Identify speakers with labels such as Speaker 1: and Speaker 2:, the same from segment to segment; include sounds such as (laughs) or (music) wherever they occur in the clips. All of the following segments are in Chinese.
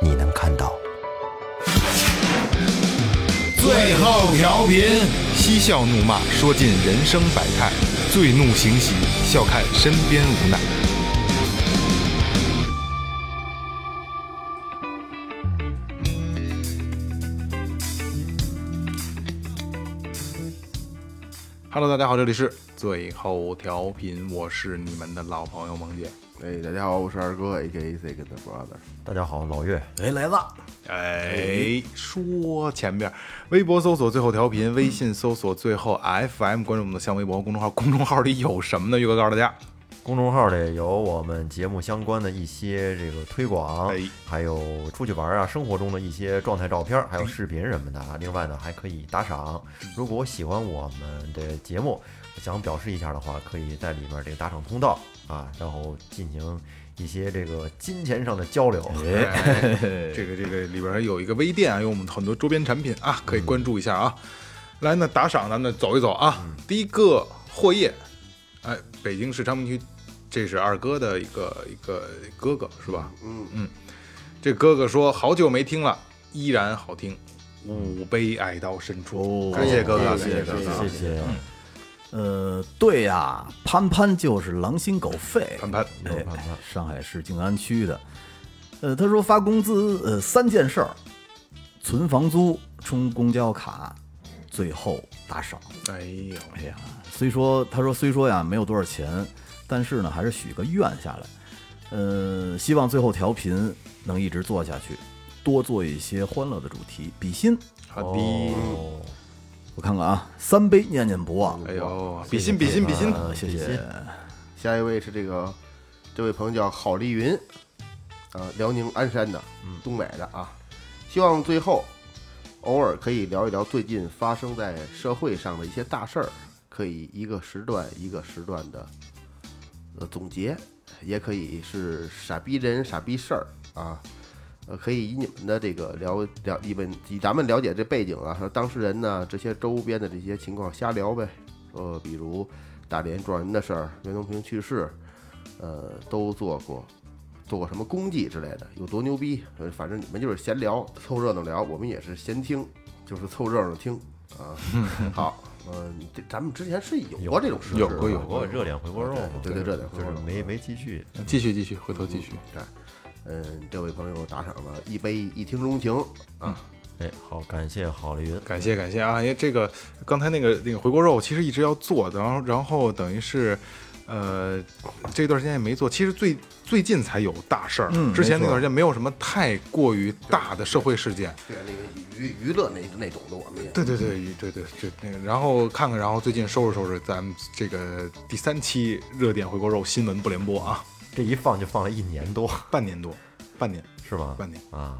Speaker 1: 你能看到。
Speaker 2: 最后调频，
Speaker 3: 嬉笑怒骂，说尽人生百态；醉怒行喜，笑看身边无奈。Hello，大家好，这里是最后调频，我是你们的老朋友萌姐。
Speaker 4: 哎，大家好，我是二哥，A K A C 跟 The Brother。
Speaker 1: 大家好，老岳，
Speaker 3: 哎，说前边儿，微博搜索最后调频，微信搜索最后 FM，关注我们的新浪微博和公众号。公众号里有什么呢？玉哥告诉大家，
Speaker 5: 公众号里有我们节目相关的一些这个推广，
Speaker 3: 哎
Speaker 5: 还有出去玩啊，生活中的一些状态照片，还有视频什么的啊。另外呢，还可以打赏。如果喜欢我们的节目，想表示一下的话，可以在里面这个打赏通道啊，然后进行一些这个金钱上的交流。
Speaker 4: (laughs)
Speaker 3: 哎这个这个里边有一个微店啊，有我们很多周边产品啊，可以关注一下啊。来，那打赏咱们走一走啊。
Speaker 4: 嗯
Speaker 3: 第一个霍业，哎，北京市昌平区，这是二哥的一个一个哥哥是吧？
Speaker 4: 嗯
Speaker 3: 嗯，这哥哥说好久没听了，依然好听，五杯爱到深处，感谢哥哥，
Speaker 4: 哦谢
Speaker 3: 感
Speaker 4: 谢
Speaker 3: 哥啊哥
Speaker 4: 谢
Speaker 5: 谢谢。
Speaker 6: 呃，对呀、潘潘就是狼心狗肺，
Speaker 3: 潘潘
Speaker 6: 哎，上海市静安区的。呃，他说发工资，呃，三件事儿：存房租、充公交卡，最后打赏。
Speaker 3: 哎
Speaker 4: 哦
Speaker 3: 呦，
Speaker 6: 哎呀，虽说他说虽说呀没有多少钱，但是呢还是许个愿下来，呃，希望最后调频能一直做下去，多做一些欢乐的主题，比心。
Speaker 3: 好的，
Speaker 5: 哦，
Speaker 6: 我看看啊，三杯念念不忘。
Speaker 3: 哎
Speaker 4: 哦
Speaker 3: 呦，比心比心比心，
Speaker 6: 呃，谢谢。
Speaker 3: 哎
Speaker 4: 下一位是这个，这位朋友叫郝丽云，啊，辽宁鞍山的，东北的啊。希望最后偶尔可以聊一聊最近发生在社会上的一些大事儿，可以一个时段一个时段的呃总结，也可以是傻逼人傻逼事儿啊。呃，可以以你们的这个了了，你们以咱们了解这背景啊，说当事人呢这些周边的这些情况瞎聊呗。呃，比如大连撞人的事儿、袁隆平去世，呃，都做过，做过什么功绩之类的，有多牛逼？呃，反正你们就是闲聊，凑热闹聊，我们也是闲听，就是凑热闹听啊。 (laughs) 好，嗯、你这咱们之前是有过这种事，
Speaker 3: 有过有
Speaker 5: 有过热脸回锅肉嘛，
Speaker 4: 对对对热脸回锅肉
Speaker 5: 就是没没继续。
Speaker 3: 继续继续，回头继续，
Speaker 4: 对，嗯，这位朋友打赏了一杯一听钟情啊，
Speaker 5: 哎，好，感谢郝丽云。
Speaker 3: 感谢感谢啊！因为这个刚才那个那个回锅肉其实一直要做的，然后然后等于是，呃，这段时间也没做。其实最最近才有大事儿，之前那段时间没有什么太过于大的社会事件。
Speaker 4: 对，那个娱娱乐那那种的我们也
Speaker 3: 对对对对对，就那个，然后看看，然后最近收拾收拾咱们这个第三期热点回锅肉新闻不联播啊，
Speaker 5: 这一放就放了一年多，
Speaker 3: 半年多，半年
Speaker 5: 是吗？
Speaker 3: 半年，
Speaker 5: 啊。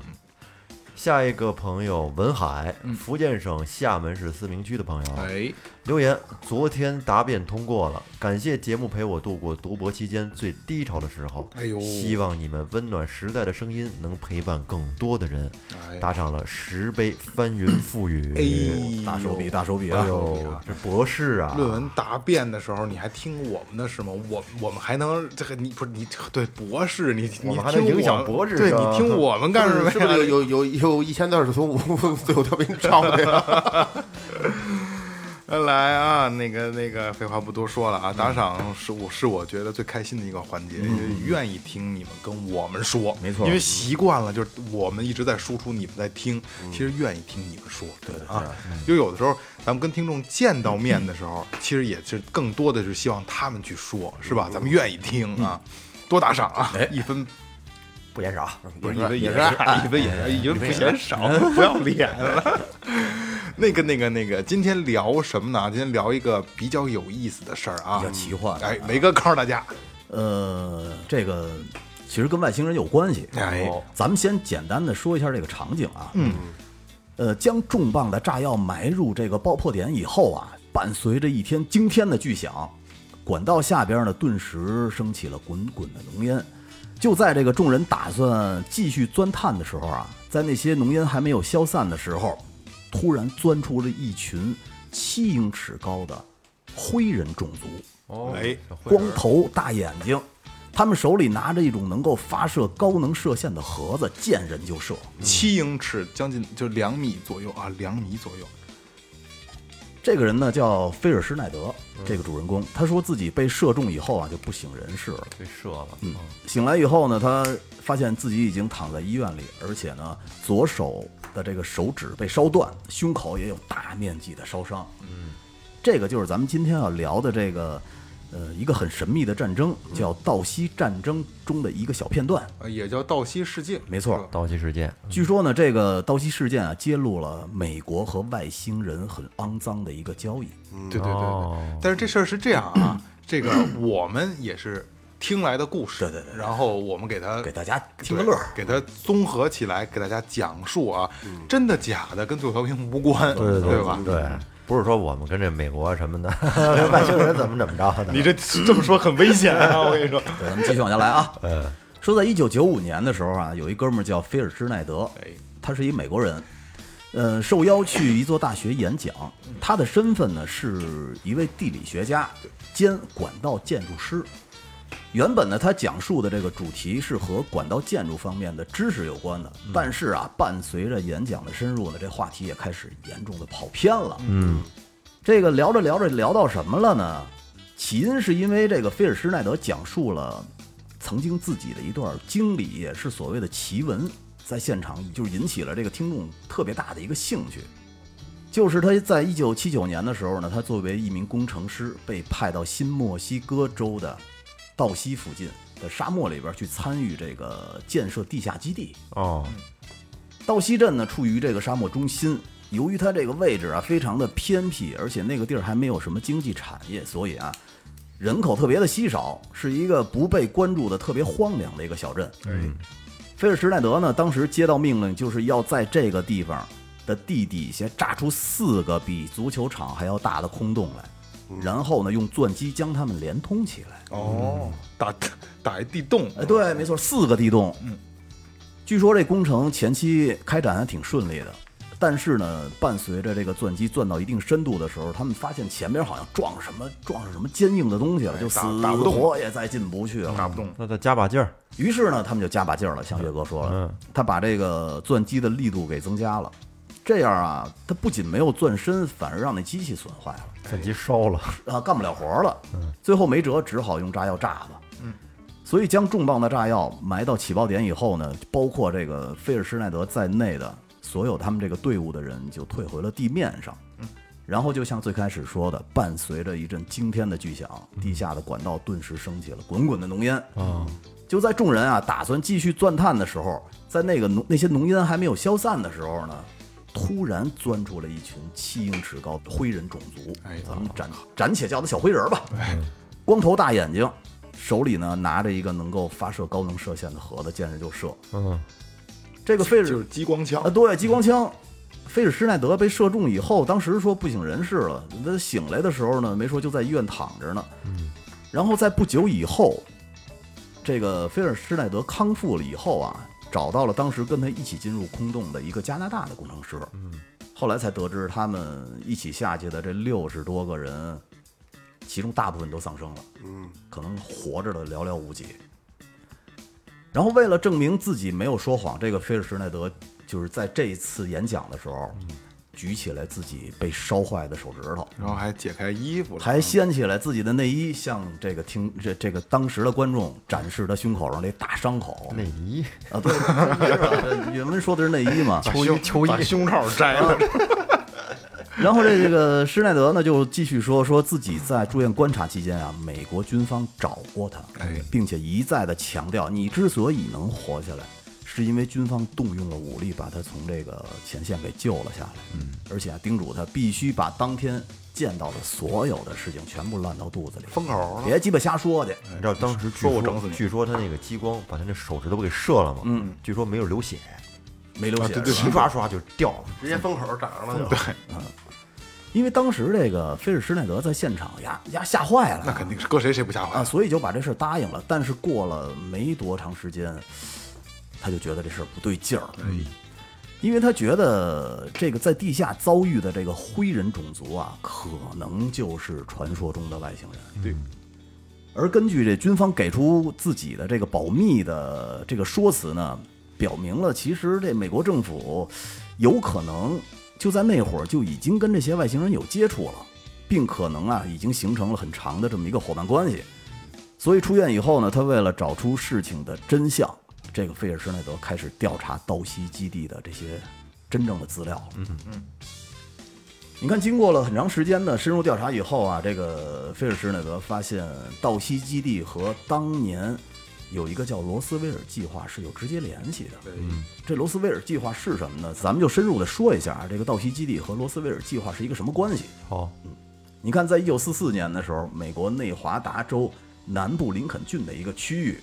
Speaker 5: 下一个朋友文海，福建省厦门市思明区的朋友
Speaker 3: 嗯哎，
Speaker 5: 留言：昨天答辩通过了，感谢节目陪我度过读博期间最低潮的时候。
Speaker 3: 哎呦
Speaker 5: 希望你们温暖时代的声音能陪伴更多的人。
Speaker 3: 哎
Speaker 5: 打赏了十杯翻云覆雨。
Speaker 3: 哎，
Speaker 6: 大手笔，大手笔
Speaker 5: 哎
Speaker 6: 啊！
Speaker 5: 呦，这博士啊！
Speaker 3: 论文答辩的时候，你还听我们的是吗？我我们还能这个你不是你对博士，你
Speaker 5: 我
Speaker 3: 你
Speaker 5: 们还
Speaker 3: 听
Speaker 5: 能
Speaker 3: 我
Speaker 5: 影响博士
Speaker 3: 对
Speaker 5: 是
Speaker 3: 你
Speaker 5: 吧
Speaker 3: 听我们干什
Speaker 5: (laughs)
Speaker 3: 么呀？
Speaker 4: 是不是有有有有一千字是从我们最后调频抄的呀？ (laughs)
Speaker 3: 来啊，那个那个，废话不多说了啊，打赏是我是我觉得最开心的一个环节，也愿意听你们跟我们说，嗯没错，因为习惯了，就是我们一直在输出，你们在听，其实愿意听你们说，嗯对啊，因为有的时候咱们跟听众见到面的时候，其实也是更多的是希望他们去说，是吧？咱们愿意听啊，多打赏啊，一分
Speaker 5: 不嫌少，
Speaker 3: 不是一分也是一分也是一啊分不嫌少，不要脸了。那个那个那个，今天聊什么呢？今天聊一个比较有意思的事儿啊，
Speaker 6: 比较奇幻
Speaker 3: 哎，雷哥告诉大家，
Speaker 6: 呃，这个其实跟外星人有关系。哦
Speaker 3: 哎
Speaker 6: 咱们先简单的说一下这个场景啊。嗯，呃，将重磅的炸药埋入这个爆破点以后啊，伴随着一天惊天的巨响，管道下边呢顿时升起了滚滚的浓烟。就在这个众人打算继续钻探的时候啊，在那些浓烟还没有消散的时候，突然钻出了一群七英尺高的灰人种族。
Speaker 5: 哦，
Speaker 3: 哎
Speaker 5: 小灰
Speaker 6: 光
Speaker 5: 人儿
Speaker 6: 头、大眼睛，他们手里拿着一种能够发射高能射线的盒子，见人就射。
Speaker 3: 七英尺，将近就两米左右啊，两米左右。
Speaker 6: 这个人呢叫菲尔施耐德，这个主人公，他说自己被射中以后啊就不省人事了。
Speaker 5: 被射了，
Speaker 6: 嗯，醒来以后呢，他发现自己已经躺在医院里，而且呢左手的这个手指被烧断，胸口也有大面积的烧伤。嗯，这个就是咱们今天要聊的这个。呃，一个很神秘的战争，叫道西战争中的一个小片段。
Speaker 3: 呃，也叫道西世界，
Speaker 6: 没错
Speaker 3: 是吧
Speaker 5: 刀击事件，
Speaker 6: 据说呢，这个刀西事件啊，揭露了美国和外星人很肮脏的一个交易。
Speaker 3: 对对对
Speaker 5: 哦
Speaker 3: 对。但是这事儿是这样啊，这个我们也是听来的故事，
Speaker 6: 对对对对
Speaker 3: 然后我们给他
Speaker 6: 给大家听个
Speaker 3: 对
Speaker 6: 乐儿。
Speaker 3: 给它综合起来，给大家讲述啊，
Speaker 6: 嗯
Speaker 3: 真的假的跟最后调频无关，对吧？
Speaker 5: 对，不是说我们跟这美国什么的 (laughs) 外星人怎么怎么着的，
Speaker 3: 你这这么说很危险啊！我跟你说，
Speaker 6: 对，咱们继续往下来啊。说在一九九五年的时候啊，有一哥们儿叫菲尔施耐德，他是一美国人，呃，受邀去一座大学演讲。他的身份呢是一位地理学家兼管道建筑师。原本呢，他讲述的这个主题是和管道建筑方面的知识有关的，但是啊，伴随着演讲的深入呢，这话题也开始严重的跑偏了。嗯，这个聊着聊着聊到什么了呢？起因是因为这个菲尔施耐德讲述了曾经自己的一段经历，也是所谓的奇闻，在现场就是引起了这个听众特别大的一个兴趣。就是他在一九七九年的时候呢，他作为一名工程师被派到新墨西哥州的道西附近的沙漠里边去参与这个建设地下基地。
Speaker 5: 哦，
Speaker 6: 道西镇呢，处于这个沙漠中心。由于它这个位置啊，非常的偏僻，而且那个地儿还没有什么经济产业，所以啊，人口特别的稀少，是一个不被关注的特别荒凉的一个小镇。嗯，菲尔施耐德呢，当时接到命令，就是要在这个地方的地底下炸出四个比足球场还要大的空洞来，然后呢，用钻机将它们连通起来。
Speaker 3: 哦，打打一地洞，
Speaker 6: 哎，对，没错，四个地洞。嗯，据说这工程前期开展还挺顺利的，但是呢，伴随着这个钻机钻到一定深度的时候，他们发现前边好像撞什么撞上什么坚硬的东西了，就死
Speaker 3: 哎打打不动
Speaker 6: 活也再进不去了，
Speaker 3: 打不动。
Speaker 5: 那再加把劲儿，
Speaker 6: 于是呢，他们就加把劲儿了，像岳哥说了，
Speaker 3: 嗯
Speaker 6: 他把这个钻机的力度给增加了，这样啊，它不仅没有钻深，反而让那机器损坏了。
Speaker 5: 趁机烧了，
Speaker 6: 啊，干不了活了，最后没辙，只好用炸药炸吧。嗯，所以将重磅的炸药埋到起爆点以后呢，包括这个菲尔施耐德在内的所有他们这个队伍的人就退回了地面上。嗯，然后就像最开始说的，伴随着一阵惊天的巨响，地下的管道顿时升起了滚滚的浓烟。啊，
Speaker 5: 嗯
Speaker 6: 就在众人啊打算继续钻探的时候，在那个浓那些浓烟还没有消散的时候呢。突然钻出了一群七英尺高的灰人种族，
Speaker 3: 哎
Speaker 6: 咱们暂暂且叫他小灰人儿吧。光头大眼睛，手里呢拿着一个能够发射高能射线的盒子，见人就射。
Speaker 5: 嗯，
Speaker 6: 这个菲尔
Speaker 3: 就是激光枪
Speaker 6: 啊，，对，激光枪。菲尔施耐德被射中以后，当时说不省人事了。他醒来的时候呢，没说就在医院躺着呢。嗯，然后在不久以后，这个菲尔施耐德康复了以后啊，找到了当时跟他一起进入空洞的一个加拿大的工程师。嗯，后来才得知他们一起下去的这六十多个人，其中大部分都丧生了。嗯，可能活着的寥寥无几。然后为了证明自己没有说谎，这个菲尔施耐德就是在这一次演讲的时候，举起来自己被烧坏的手指头，
Speaker 3: 然后还解开衣服了，
Speaker 6: 还掀起来自己的内衣，向这个听这这个当时的观众展示他胸口上这大伤口。
Speaker 5: 内衣，
Speaker 6: 啊，对，是啊这原文说的是内衣嘛。
Speaker 3: 把胸
Speaker 5: 秋衣
Speaker 3: 把胸罩摘了，
Speaker 6: (laughs) 然后这这个施耐德呢，就继续说说自己在住院观察期间啊，美国军方找过他
Speaker 3: 哎，
Speaker 6: 并且一再的强调，你之所以能活下来，是因为军方动用了武力把他从这个前线给救了下来，嗯，而且、啊、叮嘱他必须把当天见到的所有的事情全部烂到肚子里，
Speaker 3: 封嗯口了。
Speaker 6: 别鸡巴瞎说去。
Speaker 5: 你知道当时据
Speaker 3: 说我整死你
Speaker 5: 据说他那个激光把他那手指头给射了嘛，嗯，据说没有流血，
Speaker 6: 没流
Speaker 3: 啊
Speaker 6: 血
Speaker 3: 对
Speaker 6: 是
Speaker 3: 对
Speaker 6: 吧
Speaker 5: 齐刷刷就掉了。
Speaker 4: 直接封口长上了就。
Speaker 3: 对，
Speaker 6: 因为当时这个菲尔施耐德在现场呀呀吓坏了，
Speaker 3: 那肯定是搁谁谁不吓坏
Speaker 6: 啊，
Speaker 3: 啊
Speaker 6: 所以就把这事儿答应了。但是过了没多长时间，他就觉得这事儿不对劲儿，因为他觉得这个在地下遭遇的这个灰人种族啊，可能就是传说中的外星人。
Speaker 3: 对。
Speaker 6: 而根据这军方给出自己的这个保密的这个说辞呢，表明了其实这美国政府有可能就在那会儿就已经跟这些外星人有接触了，并可能啊已经形成了很长的这么一个伙伴关系。所以出院以后呢，他为了找出事情的真相，这个菲尔施耐德开始调查道西基地的这些真正的资料。嗯嗯。你看，经过了很长时间的深入调查以后啊，这个菲尔施耐德发现道西基地和当年有一个叫罗斯威尔计划是有直接联系的。这罗斯威尔计划是什么呢？咱们就深入的说一下啊，这个道西基地和罗斯威尔计划是一个什么关系？
Speaker 5: 好，
Speaker 6: 你看，在一九四四年的时候，美国内华达州南部林肯郡的一个区域，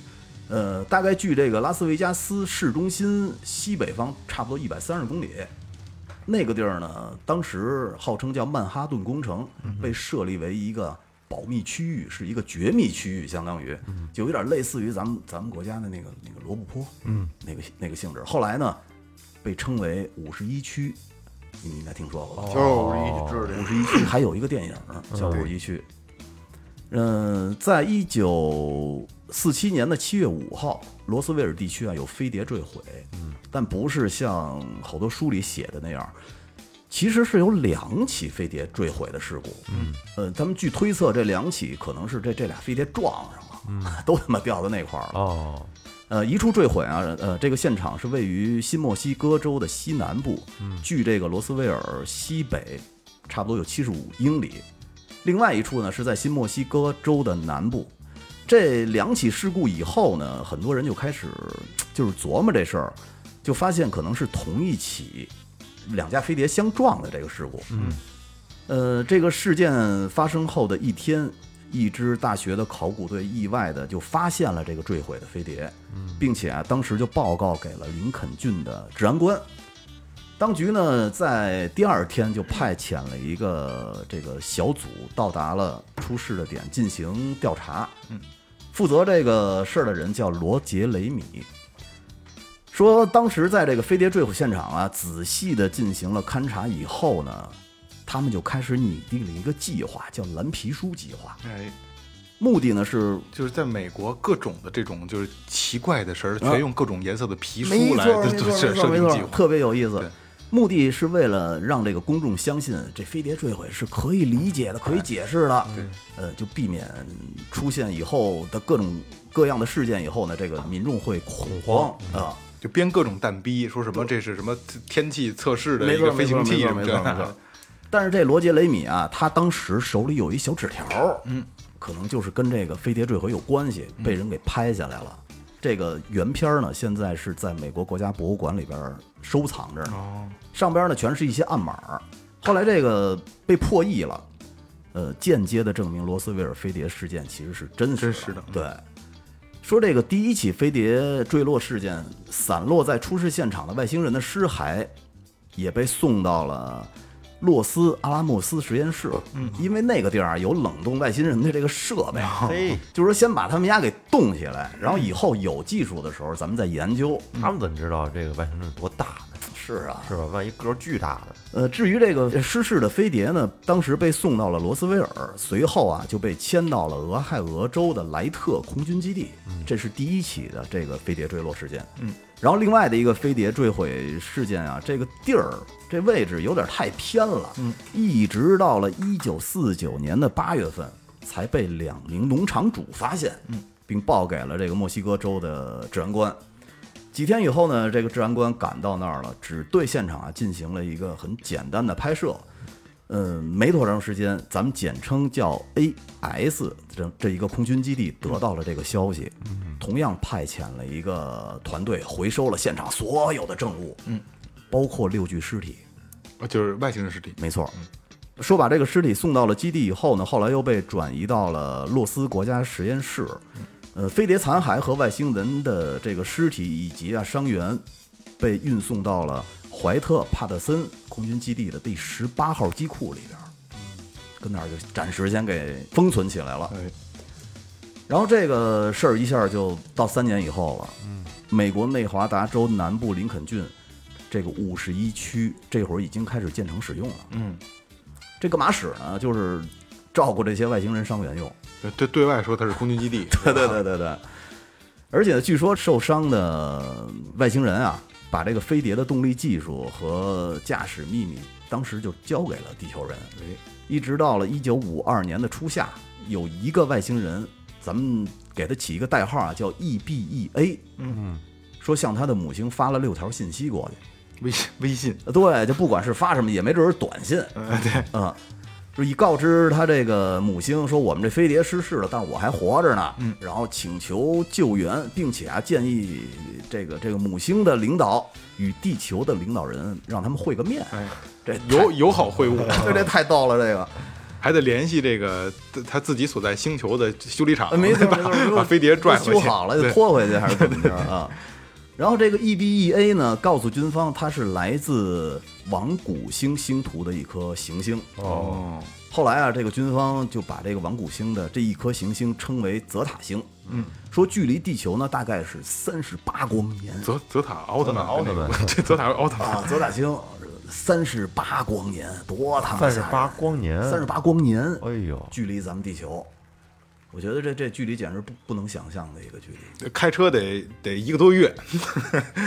Speaker 6: 呃，大概距这个拉斯维加斯市中心西北方差不多一百三十公里。那个地儿呢，当时号称叫曼哈顿工程，被设立为一个保密区域，是一个绝密区域，相当于就有点类似于咱们咱们国家的那个那个罗布泊，嗯，那个那个性质。后来呢，被称为五十一区，你们应该听说过吧？
Speaker 4: 就是五十一制的
Speaker 6: 五，十一区还有一个电影呢叫《五十一区》。嗯，在一九四七年的七月五号，罗斯威尔地区啊有飞碟坠毁，但不是像好多书里写的那样，其实是有两起飞碟坠毁的事故。嗯，呃，他们据推测这两起可能是这这俩飞碟撞上了， (laughs) 都他妈掉到那块儿了。
Speaker 5: 哦，
Speaker 6: 呃，一处坠毁啊，呃，这个现场是位于新墨西哥州的西南部，距这个罗斯威尔西北差不多有七十五英里。另外一处呢是在新墨西哥州的南部。这两起事故以后呢，很多人就开始就是琢磨这事儿，就发现可能是同一起两架飞碟相撞的这个事故。嗯，呃，这个事件发生后的一天，一支大学的考古队意外的就发现了这个坠毁的飞碟，并且啊，当时就报告给了林肯郡的治安官。当局呢，在第二天就派遣了一个这个小组到达了出事的点进行调查。嗯，负责这个事儿的人叫罗杰·雷米，说当时在这个飞碟坠毁现场啊，仔细的进行了勘察以后呢，他们就开始拟定了一个计划，叫“蓝皮书计划
Speaker 3: 哎，”，
Speaker 6: 目的呢是
Speaker 3: 就是在美国各种的这种就是奇怪的事儿，
Speaker 6: 啊
Speaker 3: 全用各种颜色的皮书
Speaker 6: 没
Speaker 3: 来
Speaker 6: 错，没
Speaker 3: 设
Speaker 6: 错，
Speaker 3: 设
Speaker 6: 没错，没
Speaker 3: 定计划。
Speaker 6: 错，特别有意思
Speaker 3: 对。
Speaker 6: 目的是为了让这个公众相信这飞碟坠毁是可以理解的、可以解释的，呃，就避免出现以后的各种各样的事件以后呢，这个民众会恐慌啊。
Speaker 3: 就编各种蛋逼，说什么这是什么天气测试的
Speaker 4: 没
Speaker 3: 一
Speaker 4: 错
Speaker 3: 个飞行器
Speaker 4: 没
Speaker 3: 什
Speaker 4: 错
Speaker 3: 么
Speaker 4: 没
Speaker 3: 这
Speaker 4: 错没
Speaker 3: 那
Speaker 4: 错
Speaker 3: 的，
Speaker 6: 但是这罗杰·雷米啊，他当时手里有一小纸条，嗯，可能就是跟这个飞碟坠毁有关系，
Speaker 3: 嗯
Speaker 6: 被人给拍下来了。这个原片儿呢，现在是在美国国家博物馆里边儿收藏着呢。
Speaker 3: 哦
Speaker 6: 上边呢全是一些暗码儿。后来这个被破译了，呃，间接的证明罗斯威尔飞碟事件其实是真实
Speaker 3: 真实的嗯
Speaker 6: 对，说这个第一起飞碟坠落事件，散落在出事现场的外星人的尸骸也被送到了。洛斯阿拉莫斯实验室，因为那个地儿啊有冷冻外星人的这个设备，
Speaker 5: 嘿，
Speaker 6: 就是说先把他们家给冻起来，然后以后有技术的时候咱们再研究。
Speaker 5: 他们怎么知道这个外星人有多大呢？
Speaker 6: 是啊，
Speaker 5: 是吧？万一个儿巨大的，
Speaker 6: 呃，至于这个失事的飞碟呢，当时被送到了罗斯威尔，随后啊就被迁到了俄亥俄州的莱特空军基地，这是第一起的这个飞碟坠落事件。嗯，然后另外的一个飞碟坠毁事件啊，这个地儿这位置有点太偏了，嗯，一直到了一九四九年的八月份才被两名农场主发现，嗯，并报给了这个墨西哥州的治安官。几天以后呢，这个治安官赶到那儿了，只对现场啊进行了一个很简单的拍摄。嗯，没多长时间，咱们简称叫 AS 这这一个空军基地得到了这个消息，同样派遣了一个团队回收了现场所有的证物，嗯，包括六具尸体。
Speaker 3: 啊 (laughs) 就是外星人尸体。
Speaker 6: 没错。说把这个尸体送到了基地以后呢，后来又被转移到了洛斯国家实验室。呃，飞碟残骸和外星人的这个尸体以及啊伤员，被运送到了怀特帕特森空军基地的第十八号机库里边儿，跟那儿就暂时先给封存起来了。
Speaker 3: 哎，
Speaker 6: 然后这个事儿一下就到三年以后了。嗯，美国内华达州南部林肯郡这个五十一区，这会儿已经开始建成使用了。
Speaker 3: 嗯，
Speaker 6: 这干嘛使呢？就是照顾这些外星人伤员用。
Speaker 3: 对对，对外说它是空军基地，
Speaker 6: (laughs) 对对对对对。 (laughs) 而且据说受伤的外星人啊，把这个飞碟的动力技术和驾驶秘密，当时就交给了地球人。
Speaker 3: 哎
Speaker 6: 一直到了一九五二年的初夏，有一个外星人，咱们给他起一个代号啊，叫 EBEA。嗯，说向他的母星发了六条信息过去。
Speaker 3: 微信微信，
Speaker 6: 呃对，就不管是发什么，也没准是短信。
Speaker 3: 呃，对，
Speaker 6: 啊，就以告知他这个母星说我们这飞碟失事了，但是我还活着呢，嗯，然后请求救援，并且啊建议这个这个母星的领导与地球的领导人让他们会个面，
Speaker 3: 哎，
Speaker 6: 这
Speaker 3: 友友好会晤，
Speaker 6: (laughs) 这这太逗了，这个
Speaker 3: 还得联系这个他他自己所在星球的修理厂，
Speaker 6: 呃没
Speaker 3: (laughs)
Speaker 6: 错
Speaker 3: 把
Speaker 6: 没错没错
Speaker 3: 把飞碟 (laughs) 拽回
Speaker 6: 修
Speaker 3: 去，
Speaker 6: 好了就
Speaker 3: 对
Speaker 6: 拖回去还是怎么着啊？ (laughs) 然后这个 E EBEA 呢，告诉军方它是来自王谷星星图的一颗行星。
Speaker 3: 哦，
Speaker 6: 后来啊，这个军方就把这个王谷星的这一颗行星称为泽塔星，嗯，说距离地球呢大概是三十八光年
Speaker 3: 泽泽塔奥特曼，
Speaker 5: 泽塔奥特曼
Speaker 3: (laughs) 那个这泽塔奥特曼
Speaker 6: 啊，泽塔星三十八光年，多他妈
Speaker 5: 三十八光年，
Speaker 6: 啊三十八光年，
Speaker 5: 哎呦
Speaker 6: 距离咱们地球，我觉得这这距离简直不不能想象的一个距离。
Speaker 3: 开车得得一个多月，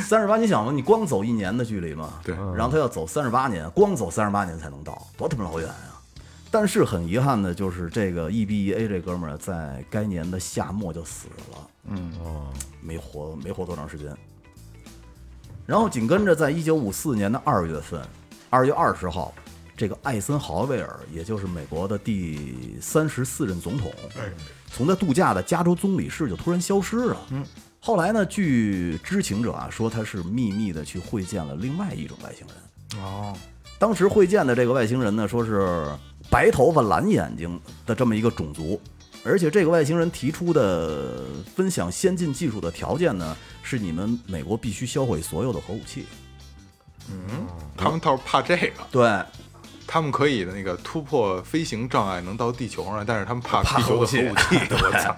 Speaker 6: 三十八，你想嘛，你光走一年的距离嘛，
Speaker 3: 对
Speaker 6: 然后他要走三十八年，光走三十八年才能到，多他妈老远啊！但是很遗憾的就是，这个 E EBEA 这哥们儿在该年的夏末就死了，嗯，哦，没活没活多长时间。然后紧跟着，在一九五四年的二月份，二月二十号，这个艾森豪威尔，也就是美国的第三十四任总统，从在度假的加州棕榈市就突然消失了。嗯，后来呢，据知情者啊说，他是秘密的去会见了另外一种外星人。
Speaker 3: 哦，
Speaker 6: 当时会见的这个外星人呢，说是白头发、蓝眼睛的这么一个种族，而且这个外星人提出的分享先进技术的条件呢，是你们美国必须销毁所有的核武器。
Speaker 3: 他们倒是怕这个，
Speaker 6: 对，
Speaker 3: 他们可以那个突破飞行障碍，能到地球上来，但是他们怕
Speaker 6: 怕
Speaker 3: 地球的核武器，
Speaker 6: 核武 (laughs)
Speaker 3: 我操！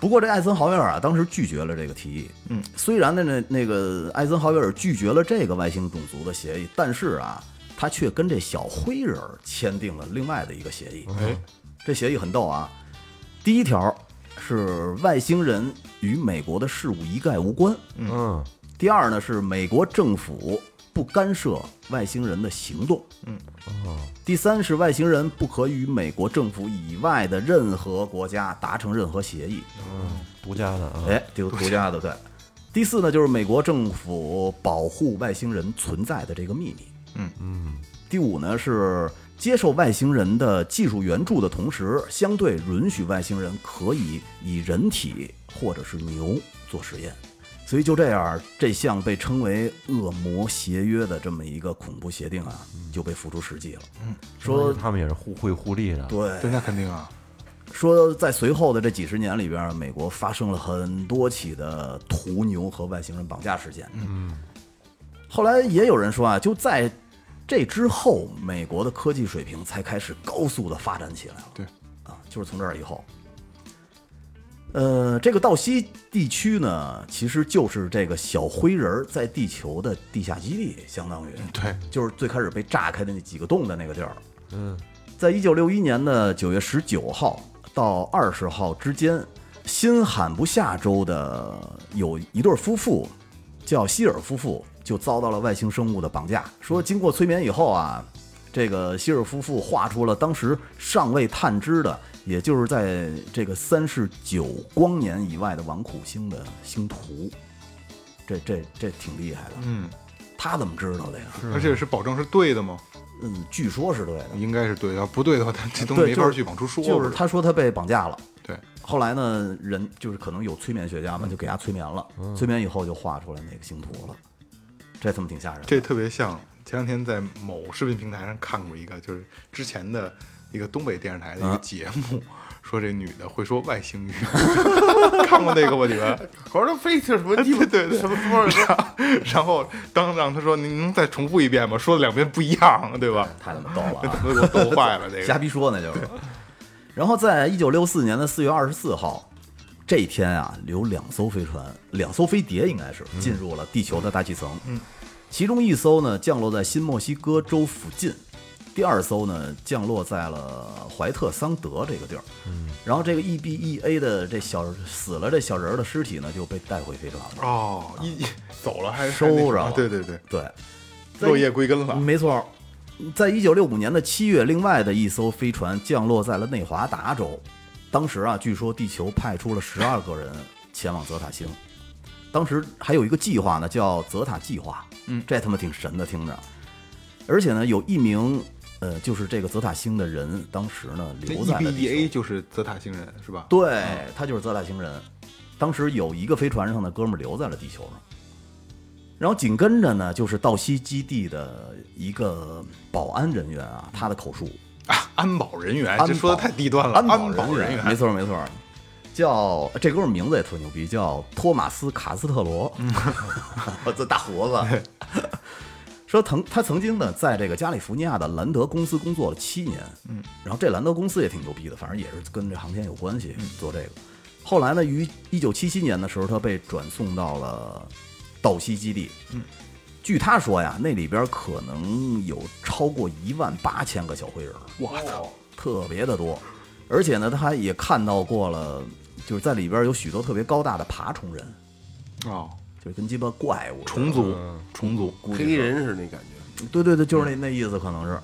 Speaker 6: 不过这艾森豪威尔啊，当时拒绝了这个提议。嗯，虽然呢，那那个艾森豪威尔拒绝了这个外星种族的协议，但是啊，他却跟这小灰人儿签订了另外的一个协议。
Speaker 3: 哎，
Speaker 6: 这协议很逗啊，第一条是外星人与美国的事务一概无关。
Speaker 5: 嗯，
Speaker 6: 第二呢是美国政府不干涉外星人的行动。嗯，哦。第三是外星人不可与美国政府以外的任何国家达成任何协议。
Speaker 5: 独家的啊，
Speaker 6: 哎，这个独家的对。第四呢，就是美国政府保护外星人存在的这个秘密。
Speaker 3: 嗯
Speaker 6: 嗯。第五呢是接受外星人的技术援助的同时，相对允许外星人可以以人体或者是牛做实验。所以就这样，这项被称为“恶魔协约”的这么一个恐怖协定啊，就被付诸实际了。嗯说
Speaker 5: 他们也是互惠互利的，
Speaker 6: 对，
Speaker 3: 对，那肯定啊，
Speaker 6: 嗯说在随后的这几十年里边，美国发生了很多起的屠牛和外星人绑架事件。嗯，后来也有人说啊，就在这之后，美国的科技水平才开始高速的发展起来了。
Speaker 3: 对，
Speaker 6: 啊，就是从这儿以后。呃，这个道西地区呢，其实就是这个小灰人儿在地球的地下基地，相当于
Speaker 3: 对，
Speaker 6: 就是最开始被炸开的那几个洞的那个地儿。嗯，在一九六一年的九月十九号到二十号之间，新罕布夏州的有一对夫妇，叫希尔夫妇，就遭到了外星生物的绑架。说经过催眠以后啊，这个希尔夫妇画出了当时尚未探知的，也就是在这个三十九光年以外的王苦星的星图。这这这挺厉害的，
Speaker 3: 嗯，
Speaker 6: 他怎么知道的呀？
Speaker 3: 而且是保证是对的吗？
Speaker 6: 嗯，据说是对的，
Speaker 3: 应该是对的，要不对的话，他这东西
Speaker 6: 对，
Speaker 3: 没
Speaker 6: 就是
Speaker 3: 法去往出说。
Speaker 6: 就是他说他被绑架了，
Speaker 3: 对，
Speaker 6: 后来呢，人就是可能有催眠学家嘛，就给他催眠了，催眠以后就画出来那个星图了，这他妈挺吓人的。
Speaker 3: 这特别像前两天在某视频平台上看过一个，就是之前的一个东北电视台
Speaker 6: 啊
Speaker 3: 的一个节目，说这女的会说外星语， (laughs) 看过那个吗？你们？
Speaker 4: 好像非是什么地方
Speaker 3: (laughs) 对对对
Speaker 4: 什么什么什么，
Speaker 3: 然后当让他说您能再重复一遍吗？说了两遍不一样，对吧？
Speaker 6: 太他妈逗了、
Speaker 3: 那
Speaker 6: 啊！
Speaker 3: 他给我逗坏了，这
Speaker 6: (laughs) 瞎
Speaker 3: 个
Speaker 6: 逼说呢就是。然后在一九六四年的四月二十四号这一天啊，有两艘飞船，两艘飞碟应该是进入了地球的大气层。嗯，其中一艘呢降落在新墨西哥州附近，第二艘呢降落在了怀特桑德这个地儿。嗯，然后这个 EBEA 的这小死了这小人儿的尸体呢就被带回飞船了，
Speaker 3: 哦，一走了还是
Speaker 6: 收着了
Speaker 3: 对对对，
Speaker 6: 对，在
Speaker 3: 落叶归根了。
Speaker 6: 没错，在一九六五年的七月，另外的一艘飞船降落在了内华达州。当时啊，据说地球派出了十二个人前往泽塔星。当时还有一个计划呢，叫泽塔计划。嗯，这他妈挺神的，听着。而且呢，有一名呃，就是这个泽塔星的人，当时呢
Speaker 3: 那
Speaker 6: 留在了地球
Speaker 3: EBEA 就是泽塔星人是吧？
Speaker 6: 对，他就是泽塔星人。当时有一个飞船上的哥们儿留在了地球上，然后紧跟着呢，就是道西基地的一个保安人员啊，他的口述，
Speaker 3: 啊，安保人员，
Speaker 6: 安
Speaker 3: 这说的
Speaker 6: 保
Speaker 3: 太低端了。
Speaker 6: 安
Speaker 3: 安
Speaker 6: 保
Speaker 3: 人
Speaker 6: 没错没错，叫这哥们儿名字也特牛逼，叫托马斯·卡斯特罗，这大胡子。说曾他曾经呢，在这个加利福尼亚的兰德公司工作了七年，嗯，然后这兰德公司也挺牛逼的，反正也是跟这航天有关系，做这个。后来呢，于一九七七年的时候，他被转送到了道西基地，嗯，据他说呀，那里边可能有超过一万八千个小灰人，我操，特别的多。而且呢，他也看到过了，就是在里边有许多特别高大的爬虫人，
Speaker 3: 哦，
Speaker 6: 就是跟鸡巴怪物似的
Speaker 3: 虫族，虫族，估
Speaker 4: 黑衣人似的那感觉，
Speaker 6: 对对对，就是那那意思可能是。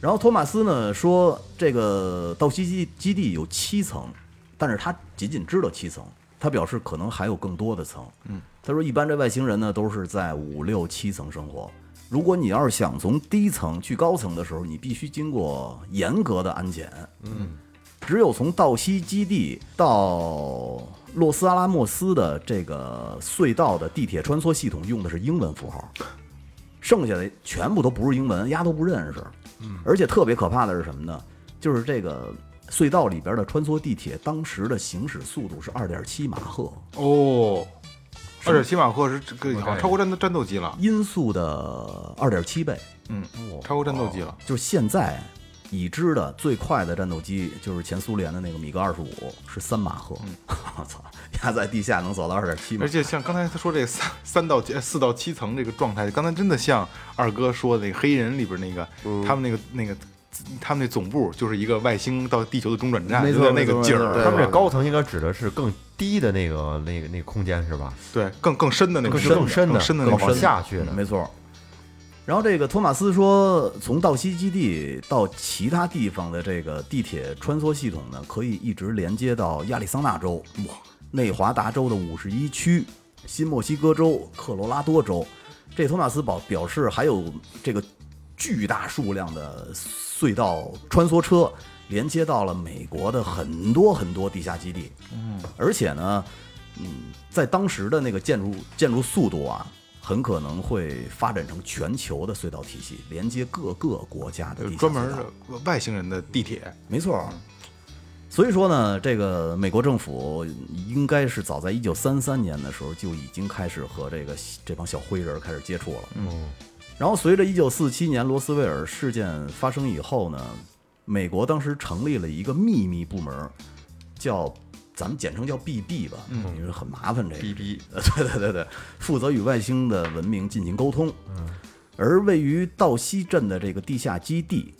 Speaker 6: 然后托马斯呢说，这个道西基基地有七层，但是他仅仅知道七层，他表示可能还有更多的层。嗯，他说一般这外星人呢都是在五六七层生活，如果你要是想从低层去高层的时候，你必须经过严格的安检。嗯，只有从道西基地到洛斯阿拉莫斯的这个隧道的地铁穿梭系统用的是英文符号。剩下的全部都不是英文，丫都不认识。而且特别可怕的是什么呢？就是这个隧道里边的穿梭地铁，当时的行驶速度是二点七马赫，
Speaker 3: 哦，二点七马赫是这个好像超过战斗战斗机了，
Speaker 6: 音速的二点七倍，
Speaker 3: 嗯，超过战斗机了。
Speaker 6: 就是现在已知的最快的战斗机，就是前苏联的那个米格二十五，是三马赫。 (laughs) 我操、压在地下能走到二点七马
Speaker 3: 而。且像刚才他说这三三到七四到七层这个状态，刚才真的像二哥说的那个黑衣人里边那个，他们那个那个他们那总部就是一个外星到地球的中转站，
Speaker 6: 没
Speaker 3: 就
Speaker 6: 错
Speaker 3: 在那个
Speaker 6: 没错
Speaker 3: 劲
Speaker 6: 没
Speaker 3: 儿，
Speaker 6: 错
Speaker 5: 他们这高层应该指的是更低的那个那个那个空间是吧？
Speaker 3: 对更更深的那个
Speaker 5: 更深
Speaker 3: 更
Speaker 5: 的
Speaker 3: 更深的那
Speaker 5: 更
Speaker 3: 个嗯
Speaker 5: 往下去的
Speaker 6: 没错。然后这个托马斯说，从道西基地到其他地方的这个地铁穿梭系统呢，可以一直连接到亚利桑那州、哇内华达州的五十一区、新墨西哥州、科罗拉多州。这托马斯表表示，还有这个巨大数量的隧道穿梭车连接到了美国的很多很多地下基地。嗯，而且呢，嗯，在当时的那个建筑建筑速度啊，很可能会发展成全球的隧道体系，连接各个国家的
Speaker 3: 呃
Speaker 6: 地下
Speaker 3: 专门
Speaker 6: 隧道
Speaker 3: 的外星人的地铁，
Speaker 6: 没错儿。所以说呢，这个美国政府应该是早在一九三三年的时候就已经开始和这个这帮小灰人儿开始接触了。嗯。然后随着一九四七年罗斯威尔事件发生以后呢，美国当时成立了一个秘密部门儿，叫咱们简称叫 BB 吧，嗯，因为很麻烦这个
Speaker 3: BB
Speaker 6: 呃， (laughs) 对对对对，负责与外星的文明进行沟通。嗯。而位于道西镇的这个地下基地，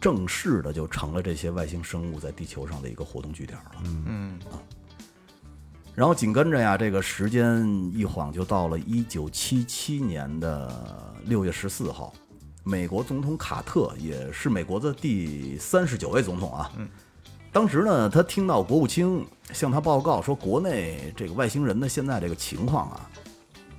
Speaker 6: 正式的就成了这些外星生物在地球上的一个活动据点了。
Speaker 3: 嗯，
Speaker 6: 然后紧跟着呀，这个时间一晃就到了一九七七年的六月十四号，美国总统卡特也是美国的第三十九位总统啊。当时呢，他听到国务卿向他报告说，国内这个外星人的现在这个情况啊，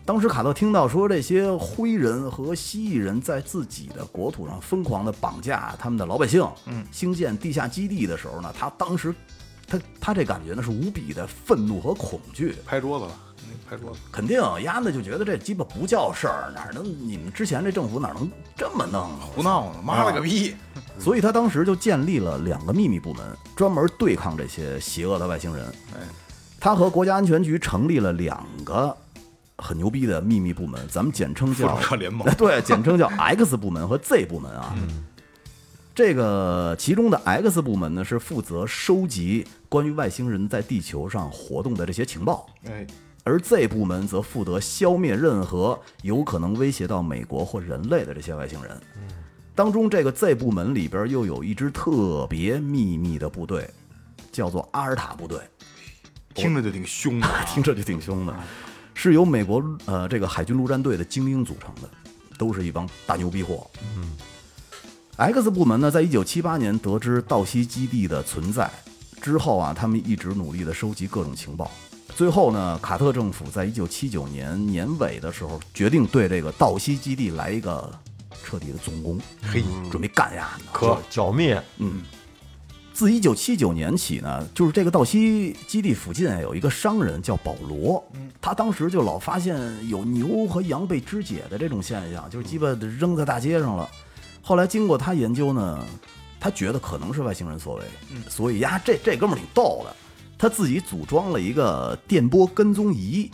Speaker 6: 当时卡特听到说，这些灰人和蜥蜴人在自己的国土上疯狂的绑架他们的老百姓，嗯，兴建地下基地的时候呢，他当时他他这感觉呢是无比的愤怒和恐惧，
Speaker 3: 拍桌子了，嗯拍桌子。
Speaker 6: 肯定丫的就觉得这鸡巴不叫事儿，哪能你们之前这政府哪能这么弄啊？
Speaker 3: 胡闹呢，妈了个逼！
Speaker 6: 所以他当时就建立了两个秘密部门，专门对抗这些邪恶的外星人。
Speaker 3: 哎
Speaker 6: 他和国家安全局成立了两个很牛逼的秘密部门，咱们简称叫
Speaker 3: 复仇者联盟
Speaker 6: (laughs) 对，简称叫 X 部门和 Z 部门啊。这个其中的 X 部门呢，是负责收集关于外星人在地球上活动的这些情报。
Speaker 3: 哎，
Speaker 6: 而 Z 部门则负责消灭任何有可能威胁到美国或人类的这些外星人。当中，这个 Z 部门里边又有一支特别秘密的部队，叫做阿尔塔部队，
Speaker 3: 听着就挺凶的啊，
Speaker 6: (laughs) 听着就挺凶的，是由美国呃这个海军陆战队的精英组成的，都是一帮大牛逼货。X 部门呢，在一九七八年得知道西基地的存在之后啊，他们一直努力的收集各种情报。最后呢，卡特政府在一九七九年年尾的时候，决定对这个道西基地来一个彻底的总攻，
Speaker 3: 嘿，
Speaker 6: 准备干呀！
Speaker 3: 可
Speaker 5: 剿灭，
Speaker 6: 自一九七九年起呢，就是这个道西基地附近啊有一个商人叫保罗，他当时就老发现有牛和羊被肢解的这种现象，就是鸡巴扔在大街上了。后来经过他研究呢，他觉得可能是外星人所为，所以呀，这这哥们儿挺逗的，他自己组装了一个电波跟踪仪，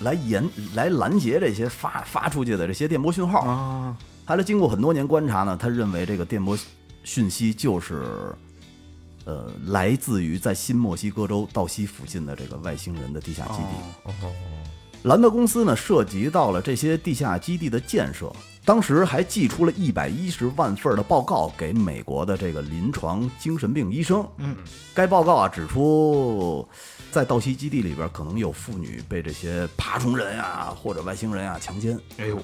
Speaker 6: 来研来拦截这些发发出去的这些电波讯号。后来经过很多年观察呢，他认为这个电波讯息就是呃，来自于在新墨西哥州道西附近的这个外星人的地下基地。兰德公司呢，涉及到了这些地下基地的建设，当时还寄出了一百一十万份儿的报告给美国的这个临床精神病医生。嗯，该报告啊指出，在道西基地里边可能有妇女被这些爬虫人啊或者外星人啊强奸。
Speaker 3: 哎呦，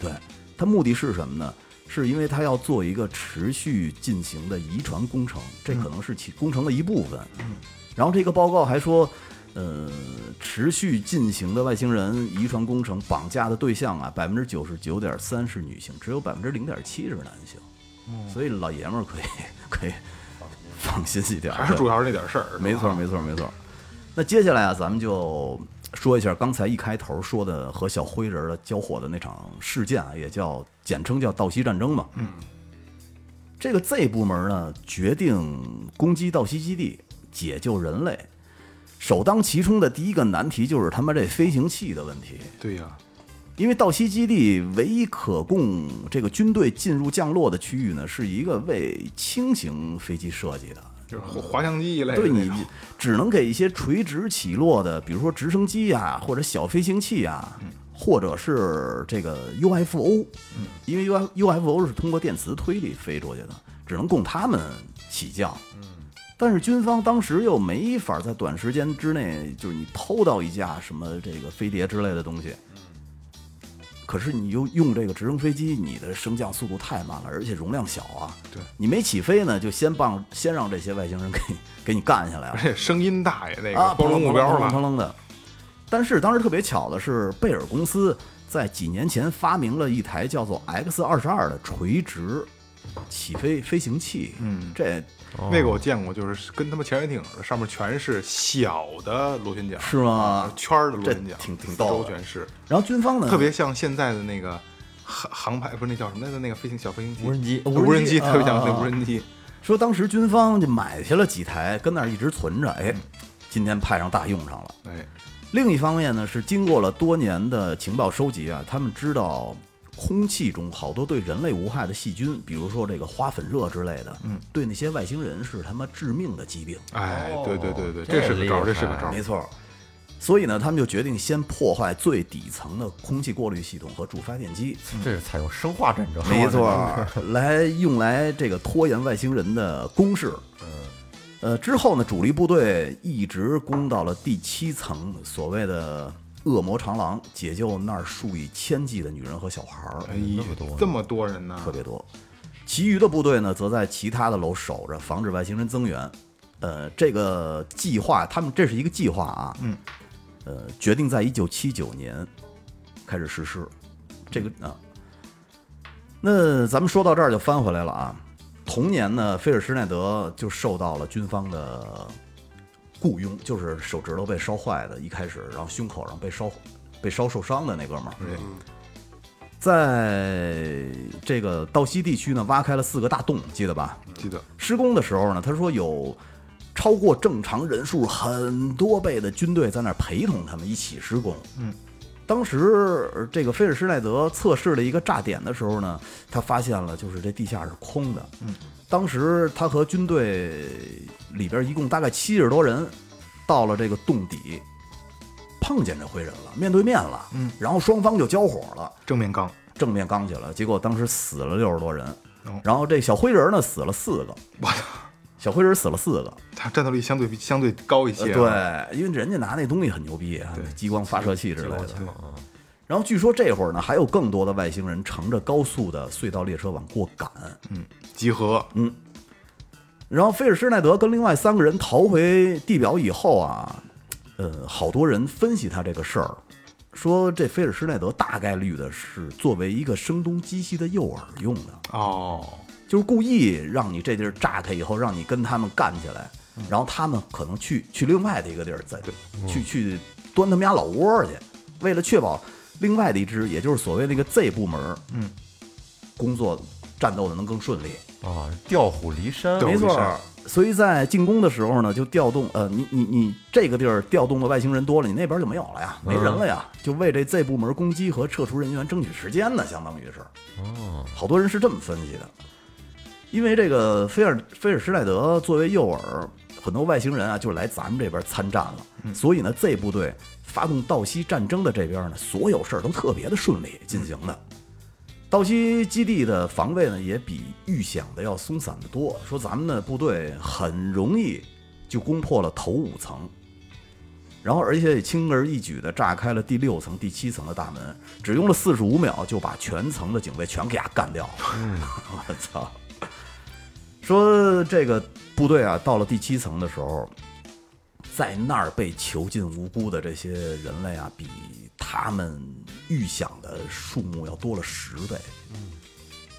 Speaker 6: 对，它目的是什么呢？是因为它要做一个持续进行的遗传工程，这
Speaker 3: 嗯
Speaker 6: 可能是其工程的一部分。然后这个报告还说，呃，持续进行的外星人遗传工程绑架的对象啊，百分之九十九点三是女性，只有百分之零点七是男性。
Speaker 3: 嗯
Speaker 6: 所以老爷们儿可以可以放心一点儿，
Speaker 3: 还是主要是那点事儿，
Speaker 6: 没错，没错，没错。那接下来啊，咱们就说一下刚才一开头说的和小灰人儿的交火的那场事件啊，也叫简称叫道西战争嘛。嗯。这个 Z 部门呢，决定攻击道西基地，解救人类。首当其冲的第一个难题就是他妈这飞行器的问题。
Speaker 3: 对呀、
Speaker 6: 因为道西基地唯一可供这个军队进入降落的区域呢，是一个为轻型飞机设计的，
Speaker 3: 就是滑滑翔机一类的
Speaker 6: 对
Speaker 3: 那
Speaker 6: 你
Speaker 3: 种，
Speaker 6: 只能给一些垂直起落的，比如说直升机啊，或者小飞行器啊，
Speaker 3: 嗯
Speaker 6: 或者是这个 UFO，因为 U UFO 是通过电磁推力飞出去的，只能供他们起降。但是军方当时又没法在短时间之内，就是你偷到一架什么这个飞碟之类的东西，可是你又用这个直升飞机，你的升降速度太慢了，而且容量小啊。
Speaker 3: 对，
Speaker 6: 你没起飞呢，就先帮先让这些外星人给 (laughs) 你给你干下来
Speaker 3: (laughs) 而
Speaker 6: 了
Speaker 3: 且声音大呀，那个
Speaker 6: 啊，
Speaker 3: 暴露目标
Speaker 6: 砰
Speaker 3: 了，
Speaker 6: 楞的。但是当时特别巧的是，贝尔公司在几年前发明了一台叫做 X 二十二的垂直起飞飞行器。嗯，这
Speaker 3: 那个我见过，就是跟他妈潜水艇似的，上面全是小的螺旋桨，啊
Speaker 6: 是吗？
Speaker 3: 圈儿的螺旋桨，
Speaker 6: 这挺挺
Speaker 3: 四周
Speaker 6: 逗的嗯
Speaker 3: 全是，
Speaker 6: 然后军方呢，
Speaker 3: 特别像现在的那个航航拍，不是那叫什么来着？那个飞行小飞行器，
Speaker 5: 无人机
Speaker 3: 呃无人机
Speaker 6: 无人机
Speaker 3: 特别像
Speaker 6: 啊啊
Speaker 3: 那
Speaker 6: 啊
Speaker 3: 无人机，
Speaker 6: 说当时军方就买下了几台，跟那儿一直存着，哎，今天派上大用场了。
Speaker 3: 哎，
Speaker 6: 另一方面呢，是经过了多年的情报收集啊，他们知道空气中好多对人类无害的细菌，比如说这个花粉热之类的，嗯，对那些外星人是他妈致命的疾病。
Speaker 3: 哎，对对对对，
Speaker 5: 这
Speaker 3: 这是个招儿，
Speaker 5: 厉
Speaker 3: 这是个招
Speaker 5: 害
Speaker 3: 儿
Speaker 6: 没，错。所以呢，他们就决定先破坏最底层的空气过滤系统和主发电机，
Speaker 5: 这是采用生化战争，
Speaker 6: 没错，来用来这个拖延外星人的攻势。呃，之后呢，主力部队一直攻到了第七层，所谓的恶魔长廊，解救那儿数以千计的女人和小孩儿，
Speaker 3: 哎呦，这么多人呢，
Speaker 6: 特别多。其余的部队呢，则在其他的楼守着，防止外星人增援。呃，这个计划，他们这是一个计划啊，嗯，呃，决定在一九七九年开始实施。这个啊，那咱们说到这儿就翻回来了啊。同年呢，菲尔施耐德就受到了军方的雇佣，就是手指头被烧坏的，一开始，然后胸口，然后被烧被烧受伤的那哥们儿，在这个道西地区呢，挖开了四个大洞，记得吧？
Speaker 3: 记得
Speaker 6: 施工的时候呢，他说有超过正常人数很多倍的军队在那儿陪同他们一起施工。嗯，当时呃这个菲尔施耐德测试了一个炸点的时候呢，他发现了就是这地下是空的。嗯，当时他和军队里边一共大概七十多人到了这个洞底。碰见这灰人了，面对面了，嗯，然后双方就交火了，
Speaker 3: 正面刚，
Speaker 6: 正面刚起来，结果当时死了六十多人，然后这小灰人呢死了四个，
Speaker 3: 我操，
Speaker 6: 小灰人死了四个，
Speaker 3: 他战斗力相对比相对高一些、啊，
Speaker 6: 呃对，因为人家拿那东西很牛逼啊
Speaker 3: 对，
Speaker 6: 激光发射器之类的
Speaker 3: 我。听了
Speaker 6: 然后据说这会儿呢，还有更多的外星人乘着高速的隧道列车往过赶。
Speaker 3: 集合，
Speaker 6: 然后菲尔施耐德跟另外三个人逃回地表以后啊，呃，好多人分析他这个事儿，说这菲尔施耐德大概率的是作为一个声东击西的诱饵用的。
Speaker 3: 哦，
Speaker 6: 就是故意让你这地儿炸开以后，让你跟他们干起来，然后他们可能去去另外的一个地儿再去去端他们家老窝儿去，为了确保另外的一支，也就是所谓那个 Z 部门，嗯，工作战斗的能更顺利，
Speaker 5: 啊，调虎离山，
Speaker 3: 对
Speaker 6: 没错
Speaker 3: 我理
Speaker 6: 儿。所以在进攻的时候呢，就调动呃，你你你这个地儿调动的外星人多了，你那边就没有了呀，没人了呀，就为这 Z 部门攻击和撤除人员争取时间呢，相当于是。哦，好多人是这么分析的，因为这个菲尔菲尔施耐德作为诱饵，很多外星人啊就来咱们这边参战了，所以呢，Z 部队发动道西战争的这边呢，所有事儿都特别的顺利进行的。道西基地的防卫呢，也比预想的要松散得多。说咱们的部队很容易就攻破了头五层，然后而且也轻而易举地炸开了第六层、第七层的大门，只用了四十五秒就把全层的警卫全给他干掉了。 (laughs) 我操！说这个部队啊，到了第七层的时候，在那儿被囚禁无辜的这些人类啊，比他们预想的数目要多了十倍。嗯，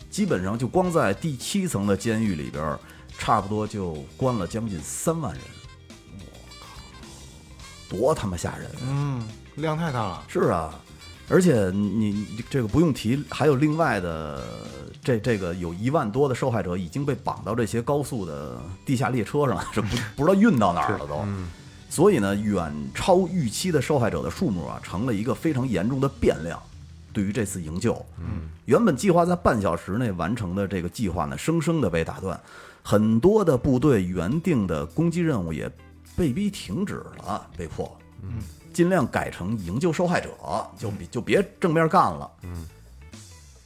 Speaker 6: 基本上就光在第七层的监狱里边儿，差不多就关了将近三万人。我靠，多他妈吓人！啊
Speaker 3: 嗯，量太大了，
Speaker 6: 是啊，而且你你这个不用提，还有另外的这这个有一万多的受害者已经被绑到这些高速的地下列车上，是不不知道运到哪儿了都。所以呢，远超预期的受害者的数目啊，成了一个非常严重的变量。对于这次营救，嗯，原本计划在半小时内完成的这个计划呢，生生的被打断，很多的部队原定的攻击任务也被逼停止了，被迫，嗯，尽量改成营救受害者，就比就别正面干了，嗯，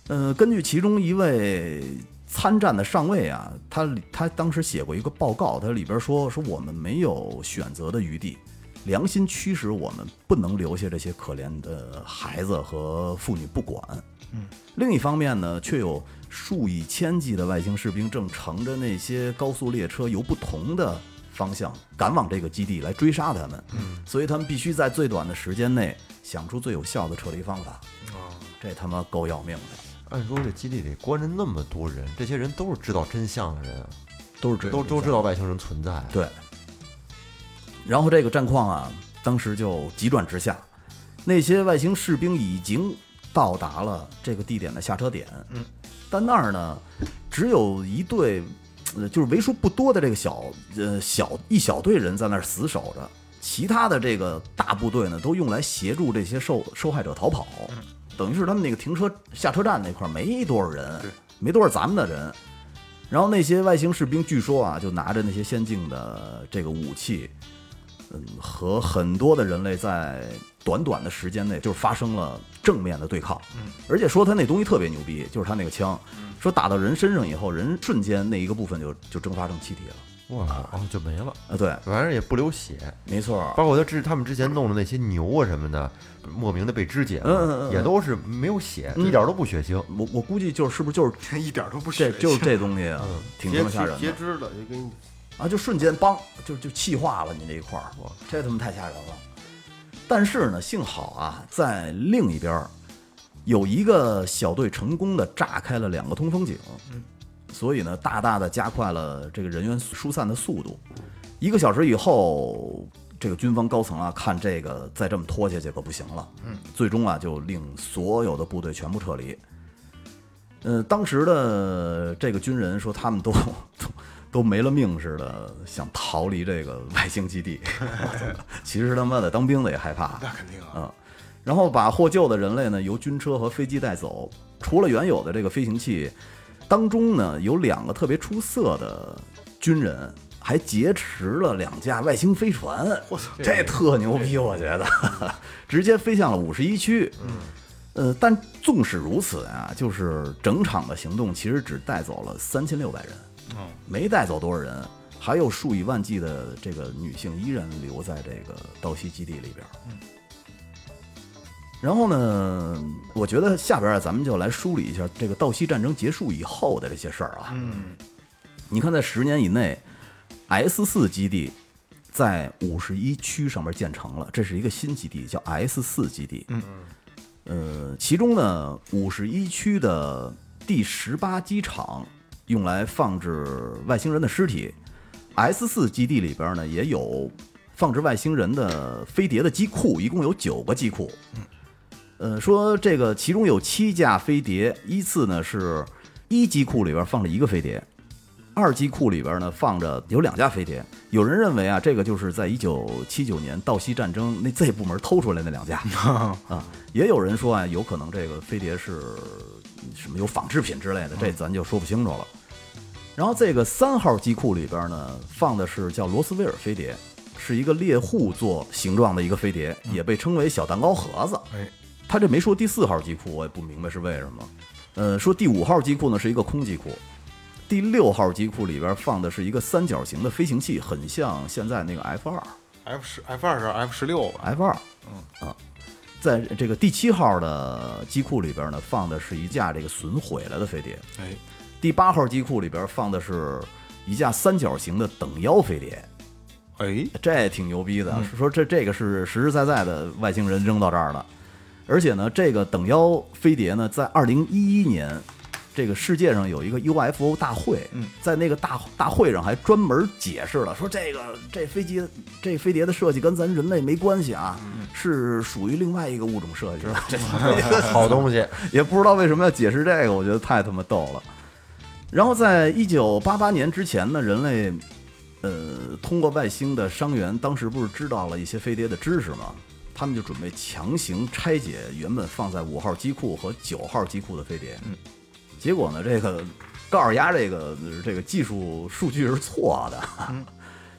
Speaker 6: 呃，根据其中一位参战的上尉啊，他里他当时写过一个报告，他里边说说我们没有选择的余地，良心驱使我们不能留下这些可怜的孩子和妇女不管。嗯，另一方面呢，却有数以千计的外星士兵正乘着那些高速列车由不同的方向赶往这个基地来追杀他们。嗯，所以他们必须在最短的时间内想出最有效的撤离方法。这他妈够要命的，
Speaker 5: 按说这基地里关着那么多人，这些人都是知道真相的人，啊
Speaker 6: 都是这
Speaker 5: 都都知道外星人存在。，
Speaker 6: 对。然后这个战况啊，当时就急转直下，那些外星士兵已经到达了这个地点的下车点，嗯，但那儿呢，只有一队，呃，就是为数不多的这个小呃小一小队人在那儿死守着，其他的这个大部队呢，都用来协助这些受受害者逃跑，等于是他们那个停车下车站那块儿没多少人，没多少咱们的人，然后那些外星士兵据说啊，就拿着那些先进的这个武器，嗯，和很多的人类在短短的时间内就是发生了正面的对抗。嗯，而且说他那东西特别牛逼，就是他那个枪，说打到人身上以后，人瞬间那一个部分就就蒸发成气体了。
Speaker 5: 哇哦，就没了，
Speaker 6: 啊，对，
Speaker 5: 反正也不流血。
Speaker 6: 没错儿。
Speaker 5: 包括他之他们之前弄的那些牛啊什么的，莫名的被肢解了，
Speaker 6: 嗯嗯嗯嗯
Speaker 5: 也都是没有血，一点都不血腥。
Speaker 6: 我我估计就是是不是就是
Speaker 3: (laughs) 一点都不
Speaker 6: 这
Speaker 3: 血腥
Speaker 6: 就是这东西啊，挺他
Speaker 4: 截
Speaker 6: 妈吓
Speaker 4: 肢
Speaker 6: 人
Speaker 4: 截
Speaker 6: 的
Speaker 4: 肢了，就给你
Speaker 6: 啊！就瞬间梆就就气化了你这一块儿，这他妈太吓人了。但是呢，幸好啊，在另一边儿有一个小队成功的炸开了两个通风井，所以呢，大大的加快了这个人员疏散的速度。一个小时以后，这个军方高层啊，看这个再这么拖下去可不行了，嗯，最终啊就令所有的部队全部撤离。呃，当时的这个军人说，他们都 (laughs) 都都没了命似的，想逃离这个外星基地。 (laughs) 其实他妈的当兵的也害怕，
Speaker 3: (laughs) 那肯定啊，
Speaker 6: 嗯，然后把获救的人类呢由军车和飞机带走。除了原有的这个飞行器，当中呢有两个特别出色的军人，还劫持了两架外星飞船。我操，这特牛逼，我觉得， (laughs) 直接飞向了五十一区。嗯。呃，但纵使如此啊，就是整场的行动其实只带走了三千六百人，
Speaker 3: 嗯，
Speaker 6: 没带走多少人，还有数以万计的这个女性依然留在这个道西基地里边。嗯，然后呢，我觉得下边啊咱们就来梳理一下这个道西战争结束以后的这些事儿啊。
Speaker 3: 嗯，
Speaker 6: 你看，在十年以内，S 四基地在五十一区上面建成了，这是一个新基地，叫 S 四基地。嗯呃，其中呢，五十一区的第十八机场用来放置外星人的尸体，S 四基地里边呢也有放置外星人的飞碟的机库，一共有九个机库。呃，说这个其中有七架飞碟，依次呢是一机库里边放着一个飞碟，二机库里边呢放着有两架飞碟。有人认为啊，这个就是在一九七九年道西战争那 (laughs) Z 部门偷出来那两架啊，也有人说啊，有可能这个飞碟是什么有仿制品之类的，这咱就说不清楚了。然后这个三号机库里边呢，放的是叫罗斯威尔飞碟，是一个猎户座形状的一个飞碟，也被称为小蛋糕盒子。
Speaker 3: 哎，
Speaker 6: 他这没说第四号机库，我也不明白是为什么。呃，说第五号机库呢是一个空机库，第六号机库里边放的是一个三角形的飞行器，很像现在那个 F 二
Speaker 3: F 十 F 二十 F 十六吧，
Speaker 6: F 二。嗯啊，在这个第七号的机库里边呢，放的是一架这个损毁了的飞碟。
Speaker 3: 哎，
Speaker 6: 第八号机库里边放的是一架三角形的等腰飞碟，
Speaker 3: 哎，
Speaker 6: 这挺牛逼的。是说这这个是实实在在的外星人扔到这儿的，而且呢，这个等腰飞碟呢，在二零一一年，这个世界上有一个 UFO 大会，在那个大大会上还专门解释了，说这个这飞机这飞碟的设计跟咱人类没关系啊，是属于另外一个物种设计的。 (laughs) 这
Speaker 5: 好东西，
Speaker 6: 也不知道为什么要解释这个，我觉得太他妈逗了。然后在一九八八年之前呢，人类呃通过外星的商员，当时不是知道了一些飞碟的知识吗？他们就准备强行拆解原本放在五号机库和九号机库的飞碟。嗯，结果呢，这个告诉丫这个这个技术数据是错的。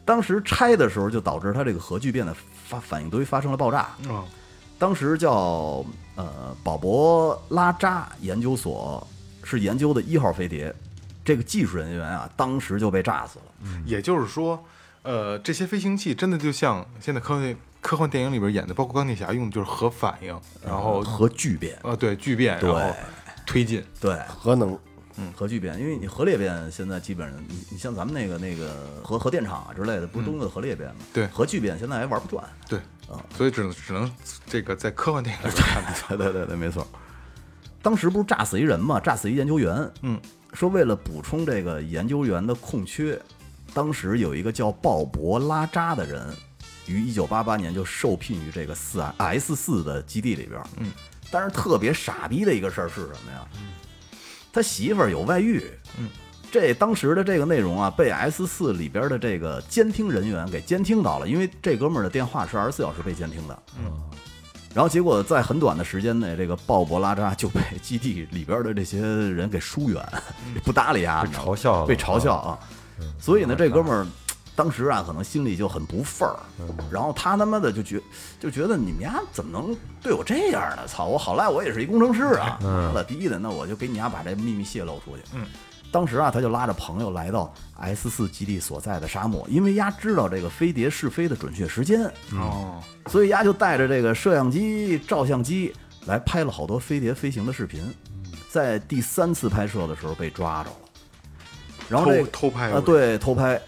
Speaker 6: 当时拆的时候，就导致它这个核聚变的发反应堆发生了爆炸。
Speaker 3: 嗯，
Speaker 6: 当时叫呃保博拉扎研究所是研究的一号飞碟，这个技术人员啊，当时就被炸死了。
Speaker 3: 也就是说，呃，这些飞行器真的就像现在科幻科幻电影里边演的，包括钢铁侠用的就是核反应，然后
Speaker 6: 嗯核聚变，
Speaker 3: 呃对聚变，然
Speaker 6: 对
Speaker 3: 后推进，
Speaker 6: 对，嗯
Speaker 4: 核能
Speaker 6: 核聚变，因为你核裂变现在基本上，你你像咱们那个那个核核电厂啊之类的，不是都有核裂变吗？
Speaker 3: 对
Speaker 6: 核聚变现在还玩不转。
Speaker 3: 对，
Speaker 6: 嗯
Speaker 3: 所以只能只能这个在科幻电影里边看得到。
Speaker 6: (laughs) 对对对对，没错。当时不是炸死一人嘛，炸死一研究员。嗯，说为了补充这个研究员的空缺，当时有一个叫鲍勃拉扎的人，于一九八八年就受聘于这个四 S 四的基地里边。嗯，但是特别傻逼的一个事儿是什么呀？他媳妇儿有外遇。嗯。这当时的这个内容啊，被 S 四里边的这个监听人员给监听到了，因为这哥们儿的电话是二十四小时被监听的。然后结果在很短的时间内，这个鲍勃拉扎就被基地里边的这些人给疏远，不搭理他，
Speaker 5: (laughs) 被嘲笑了
Speaker 6: 被嘲笑啊。所以呢，这哥们儿当时啊，可能心里就很不忿儿，然后他他妈的就觉就觉得你们家怎么能对我这样呢？操，我好赖我也是一工程师啊，妈的逼的，那我就给你家把这秘密泄露出去。嗯。当时啊，他就拉着朋友来到 S 四基地所在的沙漠，因为丫知道这个飞碟试飞的准确时间，
Speaker 3: 哦，
Speaker 6: 所以丫就带着这个摄像机、照相机来拍了好多飞碟飞行的视频，在第三次拍摄的时候被抓着了，然后这
Speaker 3: 偷偷拍
Speaker 6: 啊，对，偷拍，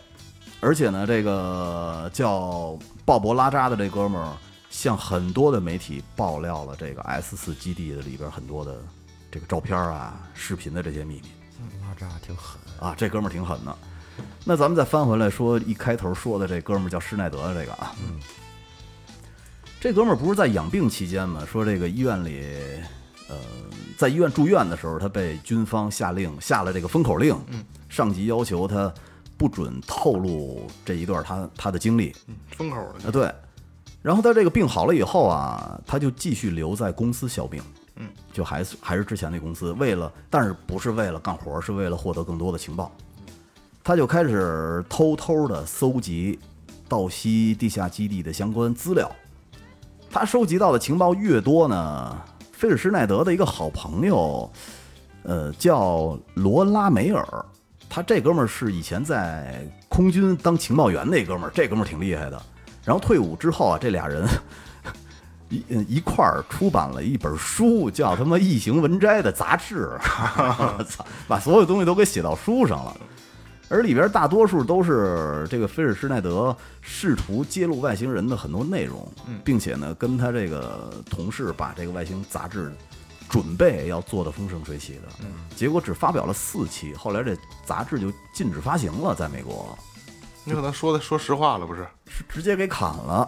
Speaker 6: 而且呢，这个叫鲍勃拉扎的这哥们儿向很多的媒体爆料了这个 S 四基地的里边很多的这个照片啊、视频的这些秘密
Speaker 5: 拉扎挺狠，
Speaker 6: 啊，这哥们儿挺狠的。那咱们再翻回来说，一开头说的这哥们儿叫施耐德的这个啊，嗯，这哥们儿不是在养病期间吗？说这个医院里，呃，在医院住院的时候，他被军方下令下了这个封口令，嗯，上级要求他不准透露这一段他他的经历，
Speaker 3: 封口了
Speaker 6: 啊，对。然后他这个病好了以后啊，他就继续留在公司小病，嗯，就还是还是之前那公司，为了但是不是为了干活，是为了获得更多的情报，他就开始偷偷的搜集道西地下基地的相关资料。他收集到的情报越多呢，菲尔施耐德的一个好朋友，呃，叫罗拉梅尔，他这哥们儿是以前在空军当情报员那哥们儿，这哥们儿挺厉害的。然后退伍之后啊，这俩人 (laughs) 一嗯一块儿出版了一本书，叫他妈《异形文摘》的杂志， (laughs) 我操，把所有东西都给写到书上了。而里边大多数都是这个菲尔施耐德试图揭露外星人的很多内容，并且呢，跟他这个同事把这个外星杂志准备要做的风生水起的，结果只发表了四期，后来这杂志就禁止发行了，在美国。
Speaker 3: 你可能说的说实话了，不是？
Speaker 6: 是直接给砍了。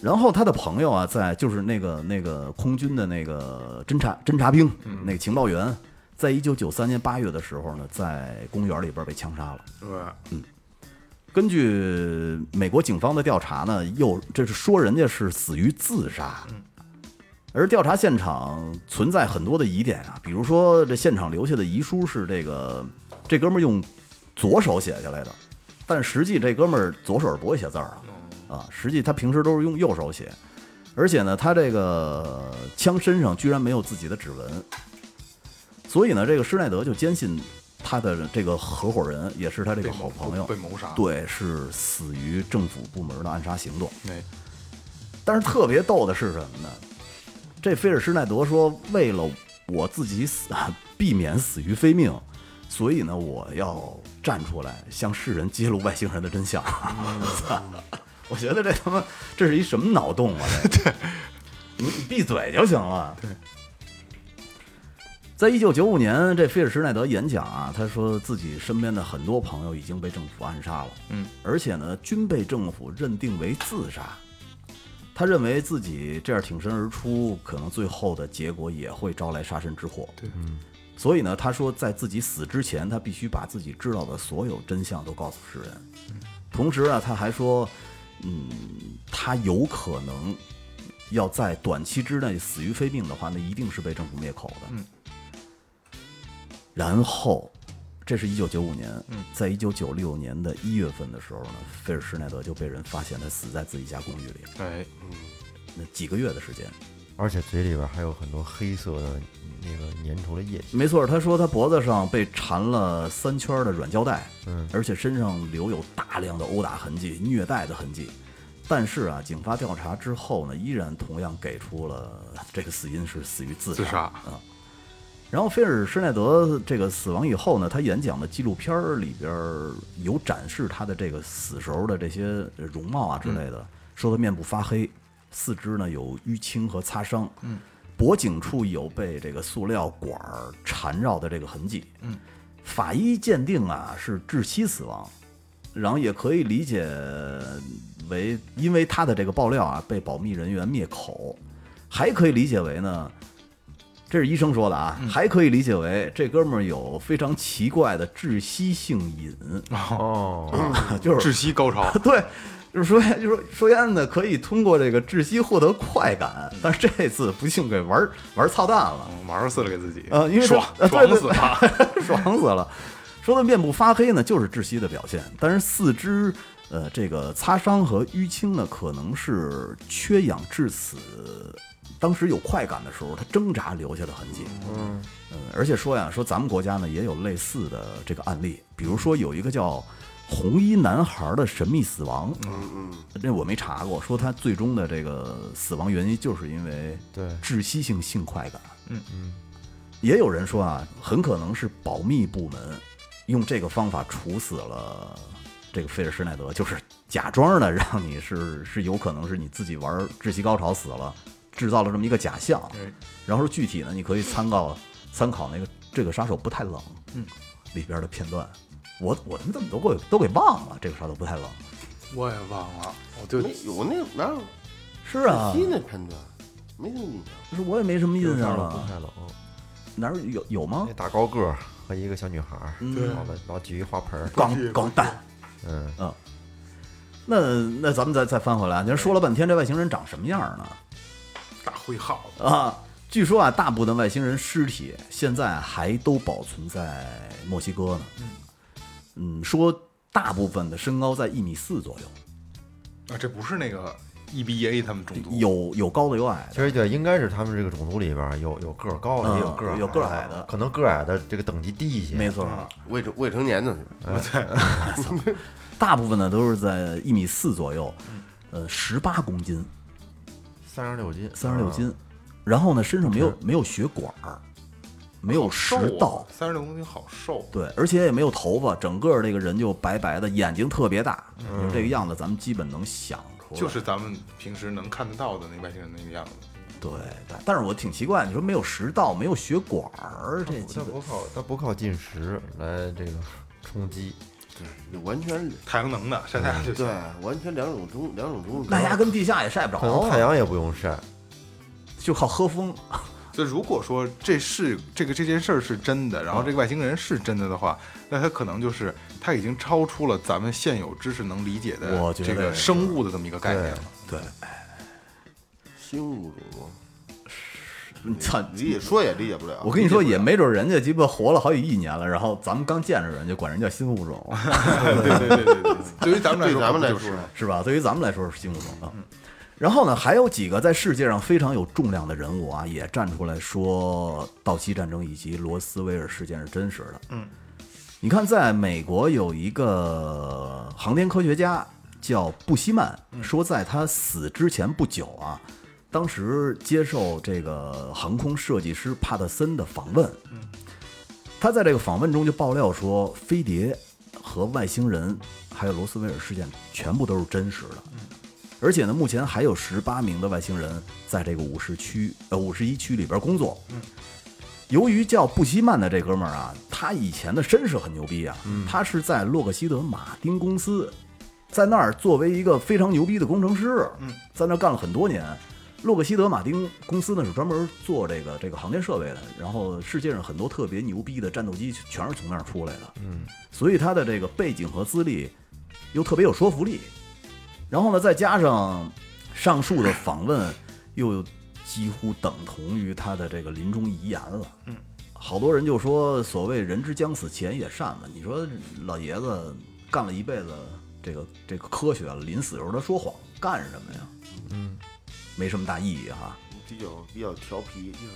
Speaker 6: 然后他的朋友啊，在就是那个那个空军的那个侦察侦察兵，那个情报员，在一九九三年八月的时候呢，在公园里边被枪杀了。
Speaker 3: 对吧，
Speaker 6: 根据美国警方的调查呢，又这是说人家是死于自杀，而调查现场存在很多的疑点啊，比如说这现场留下的遗书是这个这哥们儿用左手写下来的，但实际这哥们儿左手是不会写字儿啊，啊，实际他平时都是用右手写，而且呢，他这个枪身上居然没有自己的指纹，所以呢，这个施耐德就坚信他的这个合伙人也是他这
Speaker 3: 被
Speaker 6: 个好
Speaker 3: 谋
Speaker 6: 朋友
Speaker 3: 被谋杀。，
Speaker 6: 对，是死于政府部门的暗杀行动。
Speaker 3: 哎，
Speaker 6: 但是特别逗的是什么呢？这菲尔施耐德说，为了我自己死，啊避免死于非命，所以呢，我要站出来向世人揭露外星人的真相。 (laughs) 我觉得这他妈这是一什么脑洞啊！这你你闭嘴就行了。对，在一九九五年，这菲尔施耐德演讲啊，他说自己身边的很多朋友已经被政府暗杀了，嗯，而且呢，均被政府认定为自杀。他认为自己这样挺身而出，可能最后的结果也会招来杀身之祸。对，嗯。所以呢，他说，在自己死之前，他必须把自己知道的所有真相都告诉世人。同时啊，他还说，嗯，他有可能要在短期之内死于非命的话，那一定是被政府灭口的。嗯。然后，这是一九九五年，在一九九六年的一月份的时候呢，菲尔施耐德就被人发现他死在自己家公寓里。
Speaker 3: 哎，
Speaker 6: 那几个月的时间。
Speaker 5: 而且嘴里边还有很多黑色的那个粘稠的液体。
Speaker 6: 没错，他说他脖子上被缠了三圈的软胶带，
Speaker 5: 嗯，
Speaker 6: 而且身上留有大量的殴打痕迹、虐待的痕迹。但是啊，警方调查之后呢，依然同样给出了这个死因是死于自杀。
Speaker 3: 自杀
Speaker 6: 然后菲尔施耐德这个死亡以后呢，他演讲的纪录片儿里边儿有展示他的这个死时候的这些呃容貌啊之类的，说他面部发黑，四肢呢有淤青和擦伤，嗯，脖颈处有被这个塑料管儿缠绕的这个痕迹，嗯，法医鉴定啊是窒息死亡，然后也可以理解为，因为他的这个爆料啊被保密人员灭口，还可以理解为呢，这是医生说的啊，
Speaker 3: 嗯
Speaker 6: 还可以理解为这哥们儿有非常奇怪的窒息性瘾，啊
Speaker 5: 哦，
Speaker 6: 就是
Speaker 3: 嗯窒息高潮。
Speaker 6: 对，就是说就是说说烟呢可以通过这个窒息获得快感，但是这次不幸给玩儿玩儿操蛋了。
Speaker 3: 玩死了给自己，
Speaker 6: 呃，因为
Speaker 3: 爽
Speaker 6: 他呃对
Speaker 3: 爽
Speaker 6: 对
Speaker 3: 死了，
Speaker 6: (laughs) 爽死了。说的面部发黑呢，就是窒息的表现，但是四肢呃这个擦伤和淤青呢，可能是缺氧致死。当时有快感的时候，他挣扎留下的痕迹。嗯而且说呀，说咱们国家呢也有类似的这个案例，比如说有一个叫红衣男孩的神秘死亡。嗯嗯，这我没查过，说他最终的这个死亡原因就是因为
Speaker 5: 对
Speaker 6: 窒息性性快感。
Speaker 5: 嗯
Speaker 6: 嗯也有人说啊，很可能是保密部门用这个方法处死了这个菲尔施耐德，就是假装的让你是是有可能是你自己玩窒息高潮死了，制造了这么一个假象。然后具体呢，你可以参考参考那个这个杀手不太冷，嗯，里边的片段。我我他妈怎么都给都给忘了，这个事儿都不太忘。
Speaker 3: 我也忘了，我就
Speaker 4: 没有那个哪有
Speaker 6: 是啊，
Speaker 4: 新的片段，没什么印象。
Speaker 6: 就是我也没什么印
Speaker 5: 不
Speaker 6: 象
Speaker 5: 了，不
Speaker 6: 了，
Speaker 5: 太冷。
Speaker 6: 哪儿有有吗
Speaker 5: 那？大高个儿和一个小女孩儿，完了，然后举一花盆儿，
Speaker 6: 钢钢蛋，
Speaker 5: 嗯，
Speaker 6: 那那咱们再再翻回来，啊您说了半天这外星人长什么样呢？
Speaker 3: 大灰耗子，
Speaker 6: 啊，据说啊，大部分外星人尸体现在还都保存在墨西哥呢。嗯，说大部分的身高在一米四左
Speaker 3: 啊，
Speaker 6: 右，
Speaker 3: 这不是那个 EBA 他们种族，
Speaker 6: 有有高的有矮
Speaker 5: 其
Speaker 6: 的。
Speaker 5: 实对，应该是他们这个种族里边儿有有个儿高的，也有
Speaker 6: 嗯
Speaker 5: 个儿
Speaker 6: 有个儿矮的
Speaker 5: 可能个儿矮的这个等级低一些，
Speaker 6: 没错，
Speaker 4: 未成未成年的是吧
Speaker 6: 大部分呢都是在一米四左右，呃，十八公斤，
Speaker 5: 三十六斤，啊
Speaker 6: 三十六斤。然后呢，身上没有没有血管儿，没有
Speaker 3: 啊
Speaker 6: 食道，
Speaker 3: 三十六公斤好瘦，
Speaker 6: 对，而且也没有头发，整个这个人就白白的，眼睛特别大，就是这个样子，咱们基本能想出来。
Speaker 3: 就是咱们平时能看得到的那外星人那个样子。
Speaker 6: 对，但但是我挺奇怪，你说没有食道，没有血管儿，这
Speaker 5: 嗯。
Speaker 6: 基
Speaker 5: 它
Speaker 6: 本
Speaker 5: 不靠它不靠进食来这个充饥，
Speaker 4: 有完全
Speaker 3: 太阳能的晒太阳就行
Speaker 4: 对，，完全两种中两种中
Speaker 6: 那压根地下也晒不
Speaker 5: 可
Speaker 6: 着
Speaker 5: 能太
Speaker 6: 啊，
Speaker 5: 阳也不用晒，
Speaker 6: 就靠喝风。
Speaker 3: 就如果说这是这个这件事儿是真的，然后这个外星人是真的的话，那他可能就是他已经超出了咱们现有知识能理解
Speaker 6: 我
Speaker 3: 的
Speaker 6: 觉
Speaker 3: 这
Speaker 6: 得
Speaker 3: 个
Speaker 6: 是
Speaker 3: 生物的这么一个概念了。
Speaker 6: 对，
Speaker 4: 新物种，
Speaker 6: 你操！
Speaker 4: 理解说也理解不了。
Speaker 6: 我跟你说，
Speaker 4: 理
Speaker 6: 也
Speaker 4: 解不了
Speaker 6: 没准人家鸡巴活了好几亿年了，然后咱们刚见着人家管人叫新物种，
Speaker 3: 对对对对，对于咱们来
Speaker 4: 对
Speaker 3: 说，
Speaker 4: 咱们来
Speaker 3: 就
Speaker 4: 说
Speaker 3: 是
Speaker 6: 是吧？对于咱们来说是新物种啊。然后呢，还有几个在世界上非常有重量的人物啊，也站出来说道奇战争以及罗斯威尔事件是真实的。嗯，你看，在美国有一个航天科学家叫布希曼，说在他死之前不久啊，当时接受这个航空设计师帕特森的访问。他在这个访问中就爆料说，飞碟和外星人还有罗斯威尔事件全部都是真实的。而且呢，目前还有十八名的外星人在这个五十区呃五十一区里边工作。由于叫布希曼的这哥们儿啊，他以前的身世很牛逼啊，他是在洛克希德马丁公司，在那儿作为一个非常牛逼的工程师，在那儿干了很多年。洛克希德马丁公司呢是专门做这个这个航天设备的，然后世界上很多特别牛逼的战斗机全是从那儿出来的，嗯，所以他的这个背景和资历又特别有说服力，然后呢，再加上上述的访问，又几乎等同于他的这个临终遗言了。嗯，好多人就说，所谓人之将死，其言也善嘛。你说老爷子干了一辈子这个这个科学了，临死时候他说谎干什么呀？嗯，没什么大意义哈、
Speaker 4: 比较比较调皮，比较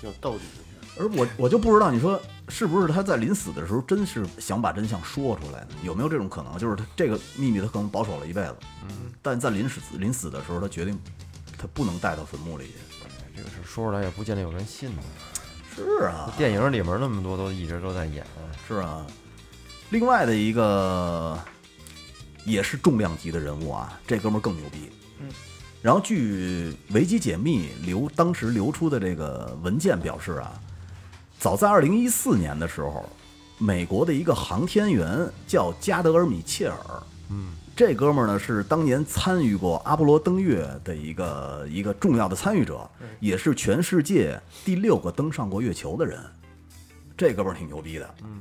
Speaker 4: 比较到底一下。
Speaker 6: 而我我就不知道，你说是不是他在临死的时候真是想把真相说出来呢？有没有这种可能？就是他这个秘密他可能保守了一辈子，嗯，但在临死临死的时候，他决定他不能带到坟墓里去。
Speaker 5: 这个事说出来也不见得有人信呢。
Speaker 6: 是啊，
Speaker 5: 电影里面那么多都一直都在演，
Speaker 6: 是啊。另外的一个也是重量级的人物啊，这哥们儿更牛逼。嗯。然后据维基解密流当时流出的这个文件表示啊，早在2014年的时候，美国的一个航天员叫加德尔米切尔。嗯。这哥们儿呢是当年参与过阿波罗登月的一个一个重要的参与者，也是全世界第六个登上过月球的人。这哥们儿挺牛逼的，嗯，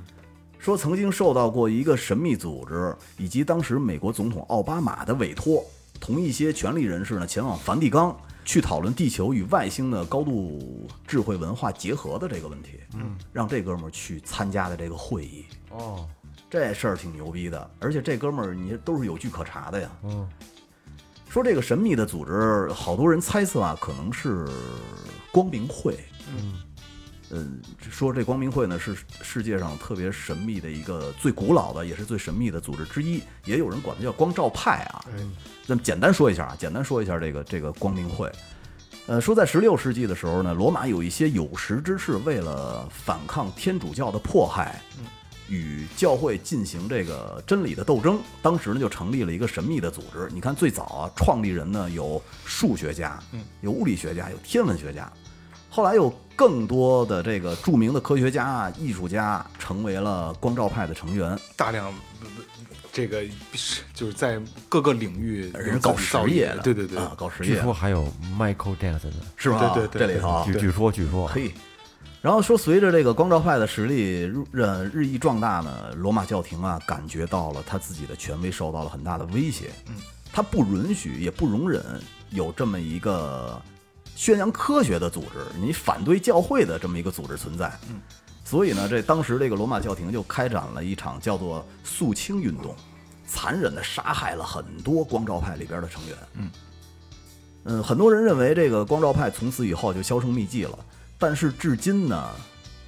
Speaker 6: 说曾经受到过一个神秘组织以及当时美国总统奥巴马的委托，同一些权力人士呢前往梵蒂冈去讨论地球与外星的高度智慧文化结合的这个问题，嗯，让这哥们儿去参加的这个会议，
Speaker 5: 哦，
Speaker 6: 这事儿挺牛逼的，而且这哥们儿你都是有据可查的呀。
Speaker 5: 嗯，
Speaker 6: 说这个神秘的组织，好多人猜测啊，可能是光明会。嗯，说这光明会呢是世界上特别神秘的一个最古老的，也是最神秘的组织之一，也有人管它叫光照派啊。那么简单说一下啊，简单说一下这个这个光明会。呃，说在十六世纪的时候呢，罗马有一些有识之士为了反抗天主教的迫害，与教会进行这个真理的斗争。当时呢，就成立了一个神秘的组织。你看，最早啊，创立人呢有数学家，有物理学家，有天文学家。后来有更多的这个著名的科学家、艺术家成为了光照派的成员，
Speaker 3: 大量不不这个是就是在各个领域有
Speaker 6: 人搞
Speaker 3: 自己
Speaker 6: 实
Speaker 3: 造
Speaker 6: 业
Speaker 3: 诣
Speaker 6: 的，
Speaker 3: 对对对，
Speaker 6: 啊，搞实
Speaker 5: 据
Speaker 6: 业
Speaker 5: 说还有 Michael Jackson 呢，
Speaker 6: 是吧？
Speaker 3: 对对对
Speaker 6: 这里头啊
Speaker 5: 据据说据说
Speaker 6: 可以。然后说，随着这个光照派的实力日呃日益壮大呢，罗马教廷啊感觉到了他自己的权威受到了很大的威胁，嗯，他不允许也不容忍有这么一个宣扬科学的组织，你反对教会的这么一个组织存在，嗯，所以呢，这当时这个罗马教廷就开展了一场叫做肃清运动，残忍的杀害了很多光照派里边的成员，嗯，很多人认为这个光照派从此以后就销声匿迹了，但是至今呢，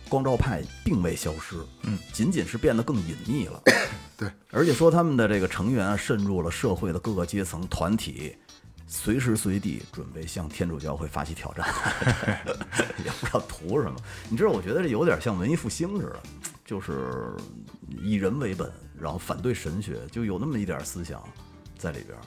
Speaker 6: 光照派并未消失，嗯，仅仅是变得更隐匿了。 (coughs)
Speaker 3: 对，
Speaker 6: 而且说他们的这个成员啊，渗入了社会的各个阶层团体，随时随地准备向天主教会发起挑战，也不知道图什么。你知道，我觉得这有点像文艺复兴似的，就是以人为本，然后反对神学，就有那么一点思想在里边儿。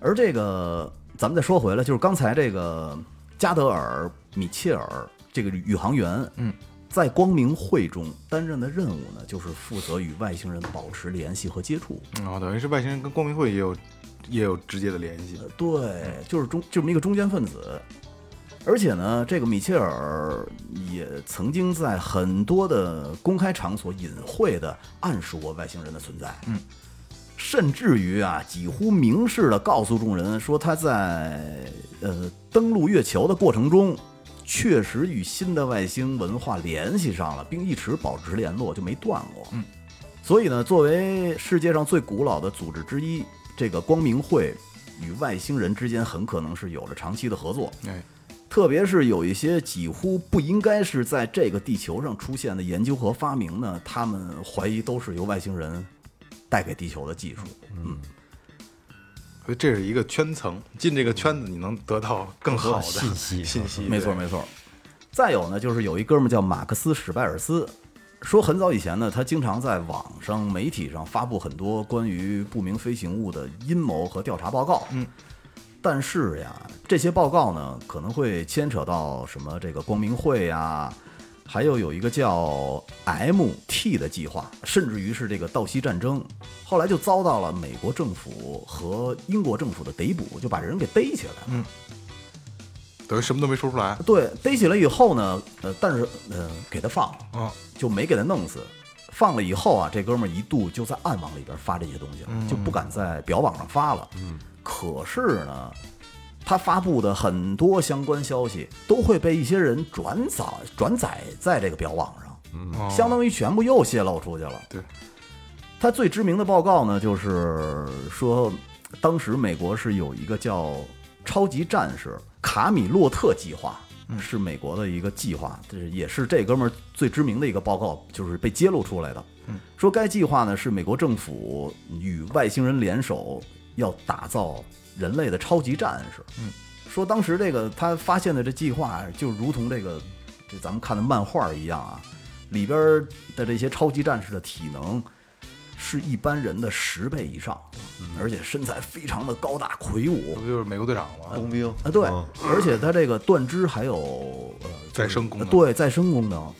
Speaker 6: 而这个，咱们再说回来，就是刚才这个加德尔·米切尔这个宇航员，嗯，在光明会中担任的任务呢，就是负责与外星人保持联系和接触。
Speaker 3: 啊，等于是外星人跟光明会也有也有直接的联系，
Speaker 6: 呃对，就是中这么一个中间分子。而且呢，这个米切尔也曾经在很多的公开场所隐晦的暗示过外星人的存在，嗯，甚至于啊，几乎明示的告诉众人说他在呃登陆月球的过程中，确实与新的外星文化联系上了，并一直保持联络，就没断过，嗯。所以呢，作为世界上最古老的组织之一，这个光明会与外星人之间很可能是有着长期的合作。
Speaker 3: 哎，
Speaker 6: 特别是有一些几乎不应该是在这个地球上出现的研究和发明呢，他们怀疑都是由外星人带给地球的技术。嗯，
Speaker 3: 所以这是一个圈层，进这个圈子你能得到更好的
Speaker 5: 信息
Speaker 3: 信息
Speaker 6: 啊没错
Speaker 3: 对
Speaker 6: 没错。再有呢，就是有一哥们儿叫马克思·史拜尔斯，说很早以前呢，他经常在网上、媒体上发布很多关于不明飞行物的阴谋和调查报告。嗯，但是呀，这些报告呢，可能会牵扯到什么这个光明会呀。还有有一个叫 MT 的计划，甚至于是这个道西战争，后来就遭到了美国政府和英国政府的逮捕，就把人给逮起来了。
Speaker 3: 等于什么都没说出来
Speaker 6: 对，逮起来以后呢，呃，但是呃，给他放了，
Speaker 3: 啊，
Speaker 6: 就没给他弄死。放了以后啊，这哥们儿一度就在暗网里边发这些东西了，就不敢在表网上发了。嗯，可是呢，他发布的很多相关消息都会被一些人转载转载在这个表网上。
Speaker 3: 哦
Speaker 6: 相当于全部又泄露出去了。
Speaker 3: 对，
Speaker 6: 他最知名的报告呢，就是说，当时美国是有一个叫“超级战士卡米洛特计划”，
Speaker 3: 嗯
Speaker 6: 是美国的一个计划，这是也是这哥们儿最知名的一个报告，就是被揭露出来的。
Speaker 3: 嗯
Speaker 6: 说该计划呢是美国政府与外星人联手要打造人类的超级战士。嗯，说当时这个他发现的这计划就如同这个这咱们看的漫画一样啊，里边的这些超级战士的体能是一般人的十倍以上，而且身材非常的高大魁梧
Speaker 3: 这。不就是美国队长吗？
Speaker 5: 冬兵
Speaker 6: 啊，对
Speaker 5: 嗯，
Speaker 6: 而且它这个断肢还有呃
Speaker 3: 再生功能
Speaker 6: 对再生功能。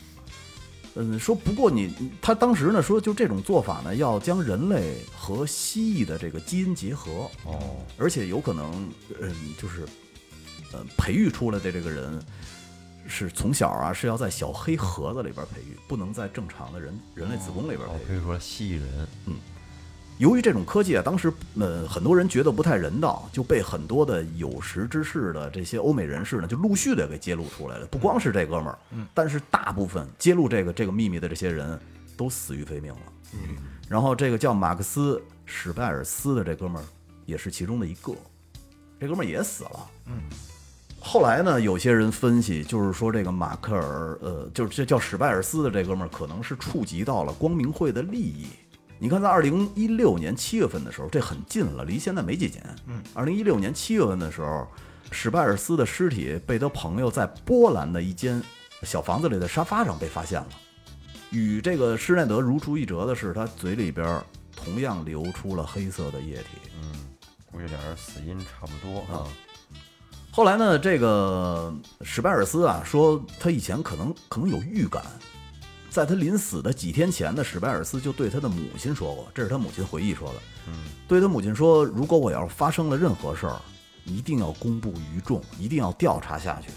Speaker 6: 嗯，说不过你他当时呢说，就这种做法呢，要将人类和蜥蜴的这个基因结合哦，而且有可能嗯，就是呃培育出来的这个人是从小啊是要在小黑盒子里边培育，不能在正常的人人类子宫里边培
Speaker 5: 哦
Speaker 6: 育，。
Speaker 5: 可以说蜥蜴人
Speaker 6: 由于这种科技啊，当时呃很多人觉得不太人道，就被很多的有识之士的这些欧美人士呢，就陆续的给揭露出来了。不光是这哥们儿，但是大部分揭露这个这个秘密的这些人都死于非命了。然后这个叫马克思·史拜尔斯的这哥们儿也是其中的一个，这哥们儿也死了。后来呢，有些人分析，就是说这个马克尔，呃，就是这叫史拜尔斯的这哥们儿，可能是触及到了光明会的利益。你看，在二零一六年七月份的时候，这很近了，离现在没几年。嗯，二零一六年七月份的时候，史拜尔斯的尸体被他朋友在波兰的一间小房子里的沙发上被发现了。与这个施耐德如出一辙的是，他嘴里边儿同样流出了黑色的液体。啊
Speaker 5: 估计俩人死因差不多啊。
Speaker 6: 后来呢，这个史拜尔斯啊说，他以前可能可能有预感，在他临死的几天前呢，史拜尔斯就对他的母亲说过，这是他母亲回忆说的，嗯，对他母亲说，如果我要是发生了任何事儿，一定要公布于众，一定要调查下去。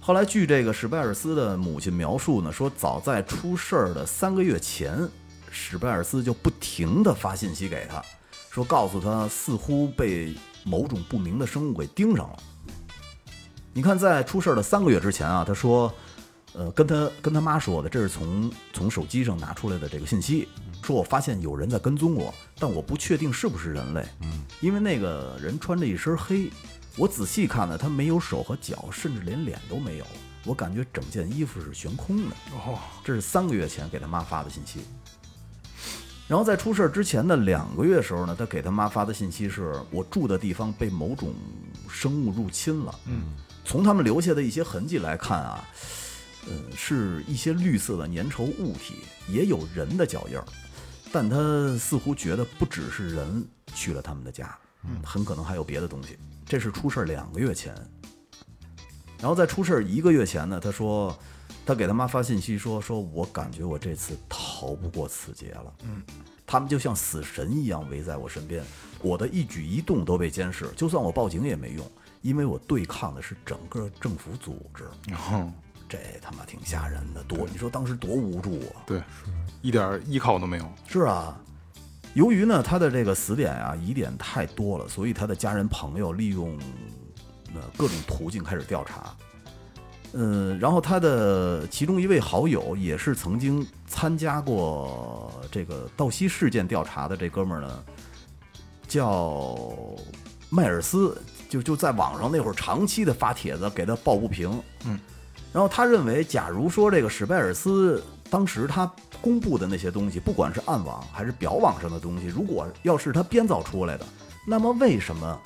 Speaker 6: 后来据这个史拜尔斯的母亲描述呢，说早在出事儿的三个月前，史拜尔斯就不停地发信息给他，说告诉他似乎被某种不明的生物给盯上了。你看，在出事儿的三个月之前啊，他说，呃，跟他跟他妈说的，这是从从手机上拿出来的这个信息，说我发现有人在跟踪我，但我不确定是不是人类，嗯，因为那个人穿着一身黑，我仔细看呢，他没有手和脚，甚至连脸都没有，我感觉整件衣服是悬空的。
Speaker 3: 哦，
Speaker 6: 这是三个月前给他妈发的信息。然后在出事儿之前的两个月时候呢，他给他妈发的信息是我住的地方被某种生物入侵了。嗯，从他们留下的一些痕迹来看啊，呃，是一些绿色的粘稠物体，也有人的脚印儿，但他似乎觉得不只是人去了他们的家，很可能还有别的东西。这是出事儿两个月前，然后在出事儿一个月前呢，他说，他给他妈发信息说，说我感觉我这次逃不过此劫了。嗯，他们就像死神一样围在我身边，我的一举一动都被监视，就算我报警也没用，因为我对抗的是整个政府组织。
Speaker 3: 嗯
Speaker 6: 这他妈挺吓人的，多你说当时多无助啊！
Speaker 3: 对，一点依靠都没有。
Speaker 6: 是啊，由于呢他的这个死点啊疑点太多了，所以他的家人朋友利用呃各种途径开始调查。嗯，然后他的其中一位好友也是曾经参加过这个盗溪事件调查的这哥们儿呢，叫迈尔斯，就就在网上那会儿长期的发帖子给他抱不平，然后他认为，假如说这个史拜尔斯当时他公布的那些东西，不管是暗网还是表网上的东西，如果要是他编造出来的，那么为什么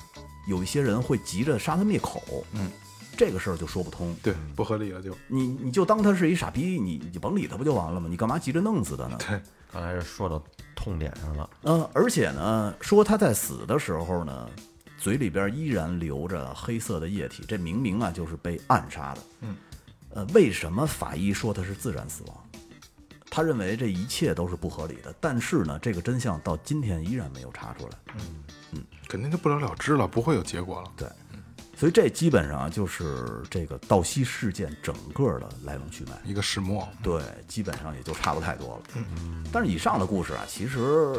Speaker 6: 有一些人会急着杀他灭口？嗯，这个事儿就说不通。
Speaker 3: 对，不合理了就。
Speaker 6: 你你就当他是一傻逼，你你甭理他不就完了吗？你干嘛急着弄死他呢？
Speaker 3: 对，
Speaker 5: 刚才是说到痛点上了，
Speaker 6: 嗯，而且呢，说他在死的时候呢，嘴里边依然流着黑色的液体，这明明啊就是被暗杀的。嗯，呃，为什么法医说他是自然死亡？他认为这一切都是不合理的，但是呢，这个真相到今天依然没有查出来。
Speaker 3: 肯定就不了了之了，不会有结果了。
Speaker 6: 对，所以这基本上啊就是这个盗溪事件整个的来龙去脉。
Speaker 3: 一个始末，
Speaker 6: 对，基本上也就差不太多了。但是以上的故事啊，其实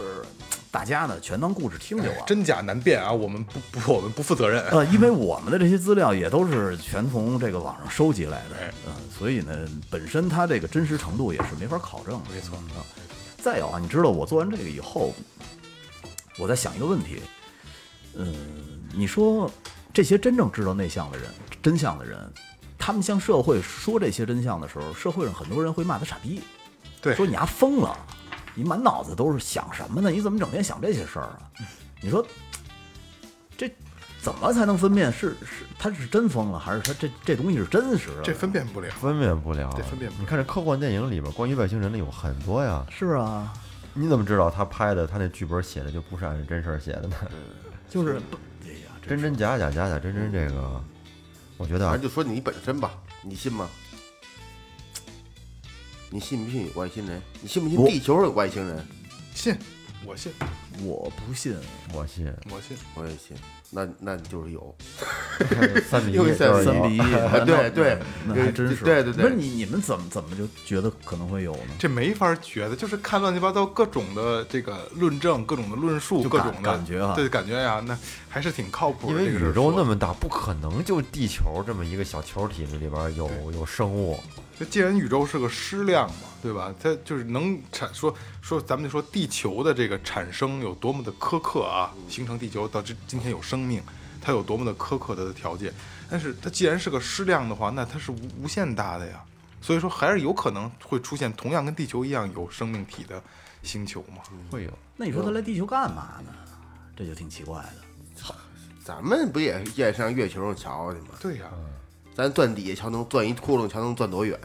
Speaker 6: 大家呢全当故事听就完了。
Speaker 3: 真假难辨啊，我们不不，我们不负责任。
Speaker 6: 呃，因为我们的这些资料也都是全从这个网上收集来的
Speaker 3: 哎，
Speaker 6: 嗯、所以呢，本身它这个真实程度也是没法考证的。没错啊。再有啊，你知道我做完这个以后，我在想一个问题，嗯、你说这些真正知道内向的人、真相的人，他们向社会说这些真相的时候，社会上很多人会骂他傻逼，
Speaker 3: 对
Speaker 6: 说你丫疯了，你满脑子都是想什么呢？你怎么整天想这些事儿啊？你说这怎么才能分辨是是他是真疯了，还是他这这东西是真实的？
Speaker 3: 这分辨不了。
Speaker 5: 分辨不了。啊
Speaker 3: 对分辨不了
Speaker 5: 你看这科幻电影里边关于外星人的有很多呀，
Speaker 6: 是啊，
Speaker 5: 你怎么知道他拍的他那剧本写的就不是按真事儿写的呢？
Speaker 6: 就是不哎呀，这
Speaker 5: 真真假假假假真真这个，我觉得
Speaker 4: 反
Speaker 5: 啊
Speaker 3: 嗯
Speaker 4: 正，就说你本身吧，你信吗？你信不信有外星人？你信不信地球有外星人？
Speaker 3: 信，我信，
Speaker 6: 我不信，
Speaker 5: 我信
Speaker 3: 我信。
Speaker 4: 我也信，那那就是有。
Speaker 5: 三
Speaker 3: (laughs)
Speaker 5: 比一
Speaker 4: 因为
Speaker 5: 就是
Speaker 6: 三
Speaker 5: 有
Speaker 6: 比一，
Speaker 4: 啊，对对，
Speaker 6: 那还真是。
Speaker 4: 对对
Speaker 6: 不是
Speaker 4: 对，
Speaker 6: 你你们怎么怎么就觉得可能会有呢？
Speaker 3: 这没法觉得，就是看乱七八糟各种的这个论证、各种的论述、
Speaker 6: 就
Speaker 3: 各
Speaker 6: 感
Speaker 3: 种的
Speaker 6: 感觉啊
Speaker 3: 对感觉呀、那还是挺靠谱
Speaker 5: 因
Speaker 3: 的。
Speaker 5: 为
Speaker 3: 这个事儿
Speaker 5: 宇宙
Speaker 3: 说
Speaker 5: 那么大，不可能就地球这么一个小球体里边有有生物。
Speaker 3: 这既然宇宙是个矢量嘛，对吧？它就是能产说说，咱们就说地球的这个产生有多么的苛刻啊，形成地球到今今天有生命，它有多么的苛刻的条件。但是它既然是个矢量的话，那它是无无限大的呀。所以说，还是有可能会出现同样跟地球一样有生命体的星球嘛。
Speaker 5: 会有，
Speaker 6: 那你说他来地球干嘛呢？这就挺奇怪的。
Speaker 4: 咱们不也也上月球上瞧瞧去吗？
Speaker 3: 嗯对呀、
Speaker 4: 咱钻底下瞧能钻一窟窿，瞧能钻多远，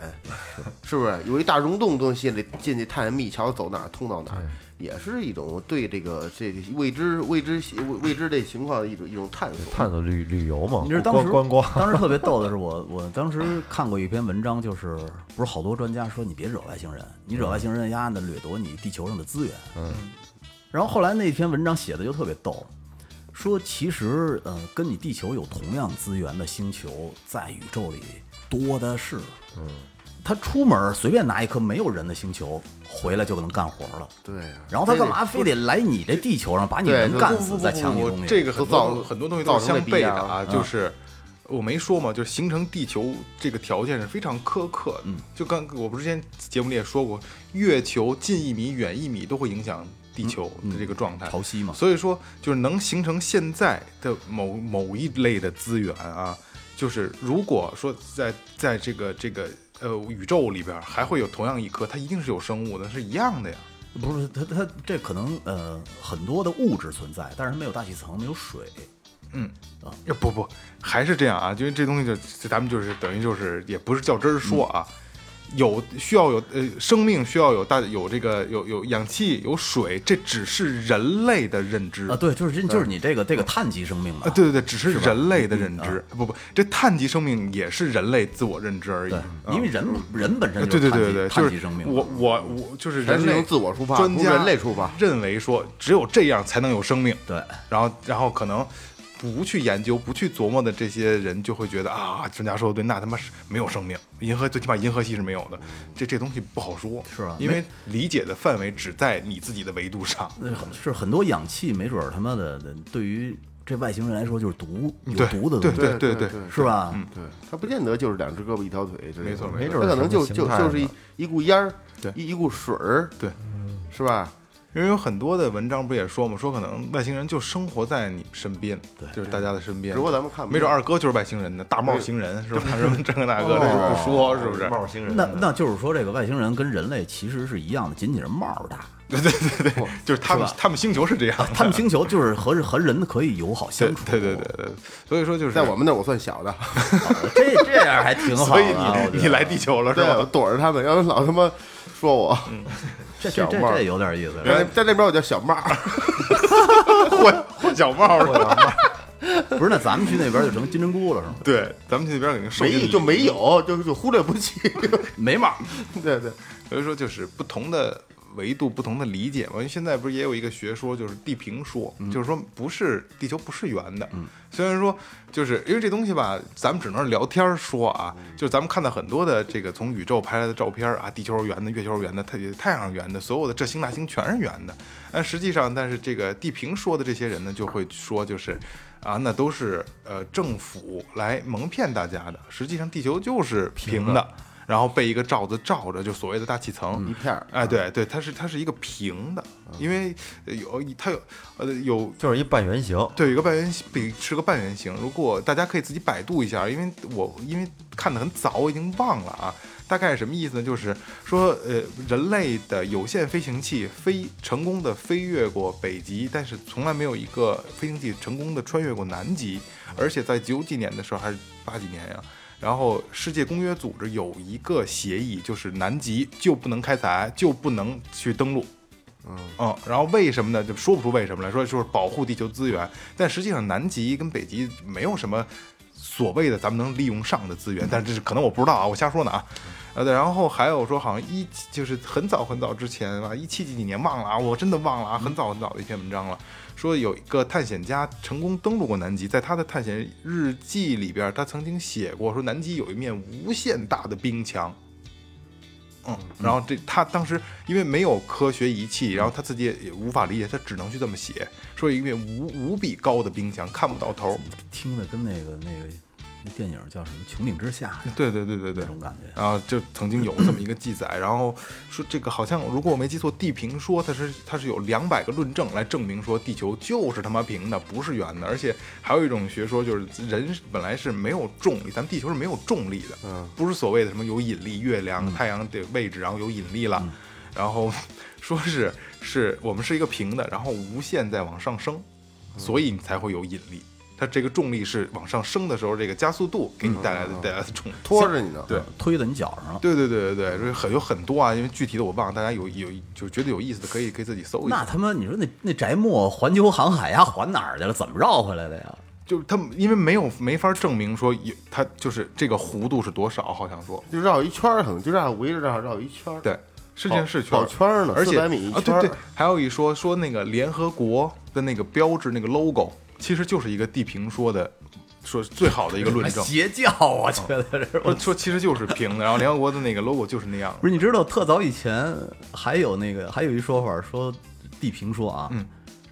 Speaker 4: 是不是？有一大溶洞东西得进去探秘，瞧走哪儿通到哪儿，也是一种对这个这个未知未知未未知这情况的一种一种探索。
Speaker 5: 探索旅旅游嘛，
Speaker 6: 你知道当
Speaker 5: 观
Speaker 6: 时
Speaker 5: 观 (laughs) 光
Speaker 6: (laughs) 当时特别逗的是我，我当时看过一篇文章，就是不是好多专家说你别惹外星人，你惹外星人丫的掠夺你地球上的资源。嗯。然后后来那篇文章写的就特别逗，说其实呃跟你地球有同样资源的星球在宇宙里多的是。嗯。他出门随便拿一颗没有人的星球回来就能干活了。
Speaker 4: 对啊
Speaker 6: 然后他干嘛非得来你这地球上把你
Speaker 4: 对
Speaker 6: 人
Speaker 4: 对
Speaker 6: 干
Speaker 4: 不
Speaker 6: 死再抢你
Speaker 3: 我
Speaker 6: 东西？
Speaker 3: 这个很
Speaker 4: 造
Speaker 3: 多很多东西都
Speaker 4: 造成
Speaker 3: 相
Speaker 4: 了
Speaker 3: 悖的
Speaker 4: 必
Speaker 3: 啊，就是。我没说嘛，就是形成地球这个条件是非常苛刻的。嗯，就刚我不是之前节目里也说过，月球近一米、远一米都会影响地球的这个状态。
Speaker 4: (laughs)
Speaker 6: 潮汐嘛，
Speaker 3: 所以说，就是能形成现在的某某一类的资源啊，就是如果说在在这个这个呃宇宙里边儿还会有同样一颗，它一定是有生物的，是一样的呀。
Speaker 6: 不是，它它这可能呃很多的物质存在，但是它没有大气层，没有水。
Speaker 3: 呃不不，还是这样啊，因为这东西就就咱们就是等于就是也不是较真儿说啊，
Speaker 6: 嗯
Speaker 3: 有需要有呃生命需要有大有这个有有氧气有水，这只是人类的认知
Speaker 6: 啊，对，就是就是你这个这个碳基生命嘛，
Speaker 3: 啊，对对对，只是人类
Speaker 6: 嗯
Speaker 3: 的认知，不不，这碳基生命也是人类自我认知而已。
Speaker 6: 对
Speaker 3: 啊
Speaker 6: 因为人人本身
Speaker 3: 呃
Speaker 6: 就
Speaker 3: 对对
Speaker 6: 是
Speaker 3: 对
Speaker 6: 碳基
Speaker 3: 对，就
Speaker 6: 碳基
Speaker 3: 是
Speaker 6: 生命嘛。嗯
Speaker 3: 我我我就是
Speaker 4: 还
Speaker 3: 人
Speaker 4: 是
Speaker 3: 类
Speaker 4: 从自我出发，
Speaker 3: 专
Speaker 4: 从
Speaker 3: 家
Speaker 4: 人类出发。
Speaker 3: 认为说只有这样才能有生命，
Speaker 6: 对，
Speaker 3: 然后然后可能不去研究、不去琢磨的这些人就会觉得啊，专家说的对，那他妈是没有生命，银河最起码银河系是没有的，这这东西不好说，
Speaker 6: 是啊
Speaker 3: 因为理解的范围只在你自己的维度上。
Speaker 6: 那很是很多氧气，没准儿他妈的对于这外星人来说就是毒，有
Speaker 3: 对
Speaker 6: 毒的
Speaker 3: 对
Speaker 6: 东西，
Speaker 3: 对对
Speaker 4: 对
Speaker 3: 对
Speaker 6: 是吧？
Speaker 4: 对，它不见得就是两只胳膊一条腿之类的，
Speaker 3: 没错
Speaker 5: 没
Speaker 3: 没
Speaker 5: 准
Speaker 4: 它
Speaker 5: 儿
Speaker 4: 可能就
Speaker 5: 什么
Speaker 4: 就
Speaker 5: 形态
Speaker 4: 就是一
Speaker 5: 呢
Speaker 4: 一股烟儿，
Speaker 3: 对
Speaker 4: 一一股水儿，
Speaker 3: 对，
Speaker 4: 是吧？
Speaker 3: 因为有很多的文章不也说嘛，说可能外星人就生活在你身边，对，就是大家的身边。
Speaker 4: 只不过咱们看不
Speaker 3: 没准
Speaker 4: 见
Speaker 3: 二哥就是外星人呢，大帽星人是吧？什么这个那个的就不说，是不是？
Speaker 5: 冒星人
Speaker 6: 那
Speaker 3: 嗯
Speaker 5: 的
Speaker 6: 那就是说，这个外星人跟人类其实是一样的，仅仅是帽
Speaker 3: (laughs)
Speaker 6: 儿大。
Speaker 3: 对对对对，就是他们他们星球是这样的，
Speaker 6: 他们星球就是和和人可以友好
Speaker 3: 对
Speaker 6: 相处，
Speaker 3: 对对对对，所以说就是
Speaker 4: 在我们那儿我算
Speaker 3: (laughs)
Speaker 4: 小的，
Speaker 6: 这这样还挺好
Speaker 3: 所以
Speaker 6: 的啊。我觉
Speaker 3: 你
Speaker 6: 得
Speaker 3: 你来地球了是
Speaker 4: 对，我
Speaker 3: 吧？嗯
Speaker 4: 躲着他们，要是老他妈说我，
Speaker 6: 这这
Speaker 4: 小
Speaker 6: 这
Speaker 4: 帽儿
Speaker 6: 这有点意思。
Speaker 4: 在在那边我叫
Speaker 3: (laughs)
Speaker 4: 小帽儿，
Speaker 3: 换换小帽了，
Speaker 6: (laughs) 不是，那咱们去那边就成金针菇了，是吗？
Speaker 3: 对，咱们去那边肯定受
Speaker 4: 没就没有，就是就忽略不
Speaker 3: (laughs)
Speaker 4: 计。
Speaker 6: 没帽儿，
Speaker 4: 对对，
Speaker 3: 所以说就是不同的维度、不同的理解嘛。因为现在不是也有一个学说，就是地平说，就是说不是地球不是圆的。虽然说就是因为这东西吧，咱们只能是聊天儿说啊，就是咱们看到很多的这个从宇宙拍来的照片儿啊，地球是圆的，月球是圆的，太太阳是圆的，所有的这星那星全是圆的。但实际上，但是这个地平说的这些人呢，就会说就是。啊，那都是呃政府来蒙骗大家的。实际上，地球就是平的，然后被一个罩子罩着，就所谓的大气层
Speaker 4: 一片儿
Speaker 3: 哎，对对，它是它是一个平的，因为呃有它有呃有
Speaker 5: 就是一半圆形，
Speaker 3: 对有一个半圆形，比是个半圆形。如果大家可以自己百度一下，因为我因为看的很早，我已经忘了啊。大概是什么意思呢？就是说，呃，人类的有限飞行器飞成功的飞越过北极，但是从来没有一个飞行器成功的穿越过南极，而且在九几年的时候还是八几年呀、啊然后世界公约组织有一个协议，就是南极就不能开采，就不能去登陆。嗯然后为什么呢？就说不出为什么来说，就是保护地球资源。但实际上，南极跟北极没有什么所谓的咱们能利用上的资源，但是这是可能我不知道啊，我瞎说呢啊。呃，对，然后还有说，好像一七就是很早很早之前啊，一七几几年忘了啊，我真的忘了啊，很早很早的一篇文章了，说有一个探险家成功登陆过南极，在他的探险日记里边，他曾经写过说南极有一面无限大的冰墙。嗯，然后这他当时因为没有科学仪器，然后他自己也也无法理解，他只能去这么写，说有一面无无比高的冰墙看不到头。
Speaker 6: 听的跟那个那个那电影叫什么《穹顶之下》
Speaker 3: 对对对对对
Speaker 6: 那，种感觉。
Speaker 3: 然后就曾经有这么一个记载，然后说这个好像如果我没记错，地平说它是它是有两百个论证来证明说地球就是他妈平的，不是圆的，而且还有一种学说就是人本来是没有重力，咱们地球是没有重力的，嗯，不是所谓的什么有引力，月亮、太阳的位置，然后有引力了，然后说是是我们是一个平的，然后无限在往上升，所以你才会有引力。它它这个重力是往上升的时候，这个加速度给你带来的带来的重力。
Speaker 4: 拖着你呢。
Speaker 3: 对
Speaker 6: 啊推在你脚上了。
Speaker 3: 对对对对对，就是很有很多啊，因为具体的我忘了，大家有有就觉得有意思的可以可以自己搜一下。
Speaker 6: 那他妈，你说那那翟墨环球航海呀，环哪儿去了？怎么绕回来的呀？
Speaker 3: 就是他们因为没有没法证明说有它就是这个弧度是多少，好像说
Speaker 4: 就绕一圈儿，可能就这样围着这样绕一圈儿。
Speaker 3: 对，是这件事圈
Speaker 4: 跑圈儿呢
Speaker 3: 而且
Speaker 4: 400米一
Speaker 3: 啊，
Speaker 4: 圈儿
Speaker 3: 对对，还有一说说那个联合国的那个标志那个 logo，其实就是一个地平说的说最好的一个论
Speaker 4: 哎
Speaker 3: 证。
Speaker 6: 邪教，啊我觉得是。
Speaker 3: 说说其实就是平的，然后联合国的那个 logo 就是那样
Speaker 6: 不。是，你知道特早以前还有那个，还有一说法说地平说啊，
Speaker 3: 嗯，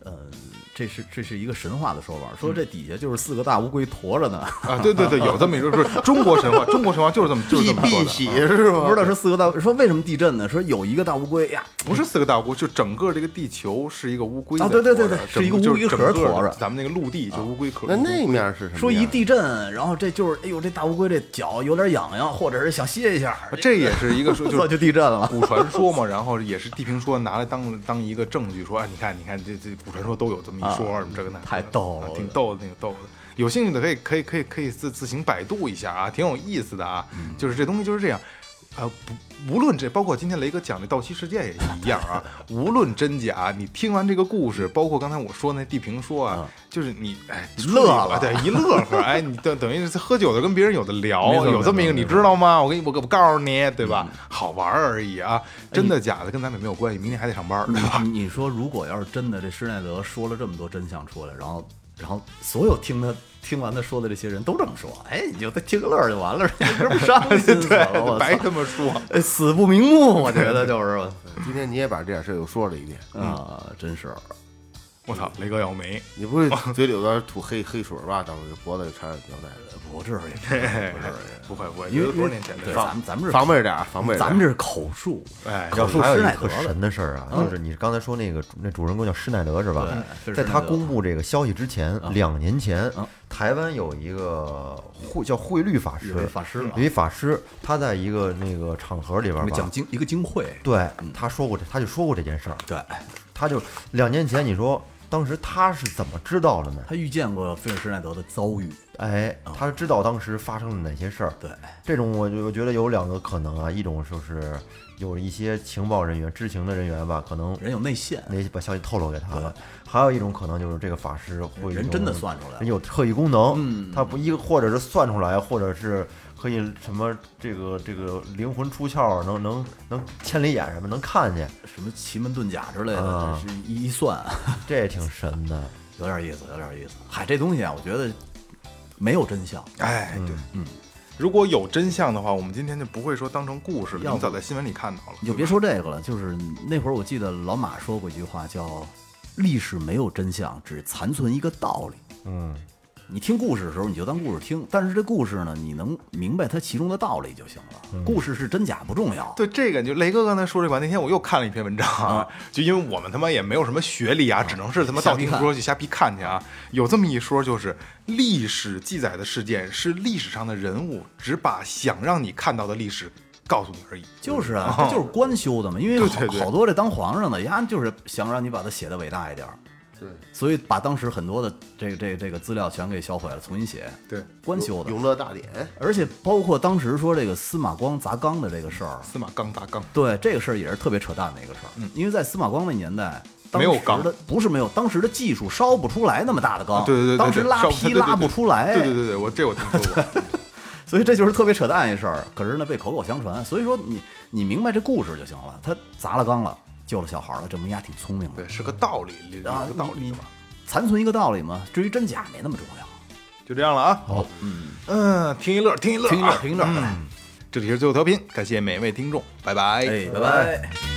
Speaker 6: 呃，这是这是一个神话的说法，说这底下就是四个大乌龟驮着呢，
Speaker 3: 啊，对对对，有这么一说，说中国神话，中国神话就是这么就是这
Speaker 4: 避
Speaker 3: 么说
Speaker 4: 避
Speaker 3: 的。啊
Speaker 4: 喜是
Speaker 3: 哦
Speaker 4: 吗？
Speaker 6: 不知道是四个大，说为什么地震呢？说有一个大乌龟哎呀，
Speaker 3: 不是四个大乌龟，就整个这个地球是一个乌龟
Speaker 6: 啊
Speaker 3: 在
Speaker 6: 对对对
Speaker 3: 驮着
Speaker 6: 对
Speaker 3: 整
Speaker 6: 是一个
Speaker 3: 就
Speaker 6: 乌龟
Speaker 3: 整
Speaker 6: 壳
Speaker 3: 个
Speaker 6: 驮着啊
Speaker 3: 咱们那个陆地就乌龟壳。
Speaker 4: 那那面是什么？
Speaker 6: 说一，地震，然后这就是哎呦这大乌龟这脚有点痒痒，或者是想歇一下，
Speaker 3: 这也是一个
Speaker 6: (laughs)
Speaker 3: 说，
Speaker 6: 这
Speaker 3: 就
Speaker 6: 就是地震了。
Speaker 3: 古传说嘛，然后也是地平说拿来当当一个证据，说啊，你看你看这这古传说都有这么一说，什么这个那个的
Speaker 6: 啊太逗了
Speaker 3: 啊挺逗的，挺逗的。有兴趣的可以可以可以可以自自行百度一下啊，挺有意思的啊。
Speaker 6: 嗯
Speaker 3: 就是这东西就是这样，呃，不无论这包括今天雷哥讲的盗窃事件也一样啊，无论真假，你听完这个故事，包括刚才我说那地平说啊，就是你哎
Speaker 6: 嗯乐了
Speaker 3: 对，一乐呵，哎，你等等于是喝酒的跟别人有的聊
Speaker 6: 没，错
Speaker 3: 有这么一个，
Speaker 6: 没错
Speaker 3: 你知道吗？我给你我我告诉你，对吧？
Speaker 6: 嗯
Speaker 3: 好玩儿而已啊，
Speaker 6: 哎
Speaker 3: 真的假的跟咱们也没有关系，明天还得上班， (laughs) 对吧？
Speaker 6: 你你说，如果要是真的，这施耐德说了这么多真相出来，然后然后所有听他听完他说的这些人都这么说，哎，你就再听个乐儿就完了，这不伤心死了， (laughs) 我操
Speaker 3: 白这么说，
Speaker 6: 哎死不瞑目，我觉得就是我 (laughs)
Speaker 4: 今天你也把这点事儿又说了一遍，
Speaker 6: 啊，真是
Speaker 3: 我操，雷哥要没，(laughs)
Speaker 4: 你不会嘴里有点吐黑黑水吧？到时候脖子就缠上胶带，
Speaker 6: 不至于，
Speaker 3: 哎不会不会，
Speaker 6: 因
Speaker 3: 因
Speaker 6: 为
Speaker 3: 为多少年前
Speaker 6: 对
Speaker 3: 的事儿
Speaker 6: 咱们咱们是
Speaker 4: 防备点儿，防备点
Speaker 6: 咱
Speaker 4: 儿。
Speaker 6: 们这是口述，
Speaker 3: 哎，
Speaker 6: 口述
Speaker 5: 还有
Speaker 6: 施耐
Speaker 5: 一
Speaker 6: 德
Speaker 5: 个
Speaker 6: 了，
Speaker 5: 神的事儿啊，就是你刚才说那个主那主人公叫施耐德是吧
Speaker 6: 对？
Speaker 5: 在
Speaker 6: 嗯施耐
Speaker 5: 他
Speaker 6: 德嗯
Speaker 5: 公布这个消息之前，两年前，台湾有一个汇叫汇律法师
Speaker 6: 有一，法师了
Speaker 5: 有一法师，他在一个那个场合里边
Speaker 6: 我
Speaker 5: 吧
Speaker 6: 们，讲嗯经一个经会，
Speaker 5: 对，他说过这，他就说过这件事儿，
Speaker 6: 对
Speaker 5: 他就两年前你说当时他是怎么知道的呢？
Speaker 6: 他遇见过菲尔施耐德的遭遇，
Speaker 5: 哎，他知道当时发生了哪些事儿。
Speaker 6: 哦对，
Speaker 5: 这种我就我觉得有两个可能啊，一种就是有一些情报人员、知情的人员吧，可能
Speaker 6: 人有内线，
Speaker 5: 那把消息透露给他了。还有一种可能就是这个法师会
Speaker 6: 人
Speaker 5: 有
Speaker 6: 真的算出来了
Speaker 5: 人有特异功能，嗯，他不一或者是算出来，或者是可以什么这个这个灵魂出窍，能能能千里眼什么能看见，
Speaker 6: 什么奇门遁甲之类的，
Speaker 5: 啊
Speaker 6: 这是一一算。
Speaker 5: 这也挺神的。
Speaker 6: (laughs) 有点意思，有点意思。嗨，这东西啊，我觉得没有真相，
Speaker 3: 哎，对，嗯。如果有真相的话，我们今天就不会说当成故事了，
Speaker 6: 要
Speaker 3: 你
Speaker 6: 不
Speaker 3: 早在新闻里看到了。
Speaker 6: 你就别说这个了。就是那会儿，我记得老马说过一句话，叫“历史没有真相，只残存一个道理”。
Speaker 5: 嗯，
Speaker 6: 你听故事的时候，你就当故事听，但是这故事呢，你能明白它其中的道理就行了。故事是真假不重要。
Speaker 3: 对这个，就雷哥刚才说这个，那天我又看了一篇文章啊，就因为我们他妈也没有什么学历啊，只能是他妈
Speaker 6: 瞎
Speaker 3: 道
Speaker 6: 逼
Speaker 3: 听
Speaker 6: 看
Speaker 3: 途说去瞎逼看去啊。有这么一说，就是历史记载的事件是历史上的人物，只把想让你看到的历史告诉你而已。
Speaker 6: 就是啊，这就是官修的嘛，因为
Speaker 3: 哦对
Speaker 6: 好
Speaker 3: 对对
Speaker 6: 好多这当皇上的，呀，就是想让你把它写的伟大一点，
Speaker 4: 对，
Speaker 6: 所以把当时很多的这个这个这个资料全给销毁了，重新写，
Speaker 3: 对，
Speaker 6: 官修的。
Speaker 4: 永乐大典，
Speaker 6: 而且包括当时说这个司马光砸缸的这个事儿，
Speaker 3: 司马刚砸缸，
Speaker 6: 对这个事儿也是特别扯淡的一个事儿。嗯，因为在司马光那年代，当
Speaker 3: 没有
Speaker 6: 时
Speaker 3: 缸
Speaker 6: 的，不是没有，当时的技术烧不出来那么大的缸，
Speaker 3: 对对对对对
Speaker 6: 当时拉
Speaker 3: 烧不
Speaker 6: 坯
Speaker 3: 对对对
Speaker 6: 拉不出来，
Speaker 3: 对对对对，我这我听说过。
Speaker 6: 所以这就是特别扯淡一事儿。可是呢，被口口相传，所以说你你明白这故事就行了。他砸了缸了，救了小孩了，证明丫挺聪明的
Speaker 3: 对，是个道理，有
Speaker 6: 啊，
Speaker 3: 个道
Speaker 6: 你
Speaker 3: 理
Speaker 6: 你
Speaker 3: 吧。
Speaker 6: 残存一个道理嘛。至于真假没那么重要，
Speaker 3: 就这样了啊。
Speaker 5: 好，
Speaker 3: 嗯，听一乐，听一乐啊，
Speaker 6: 听一乐，听一乐，
Speaker 3: 这里是最后调频，感谢每位听众，拜拜。
Speaker 6: 哎，拜拜。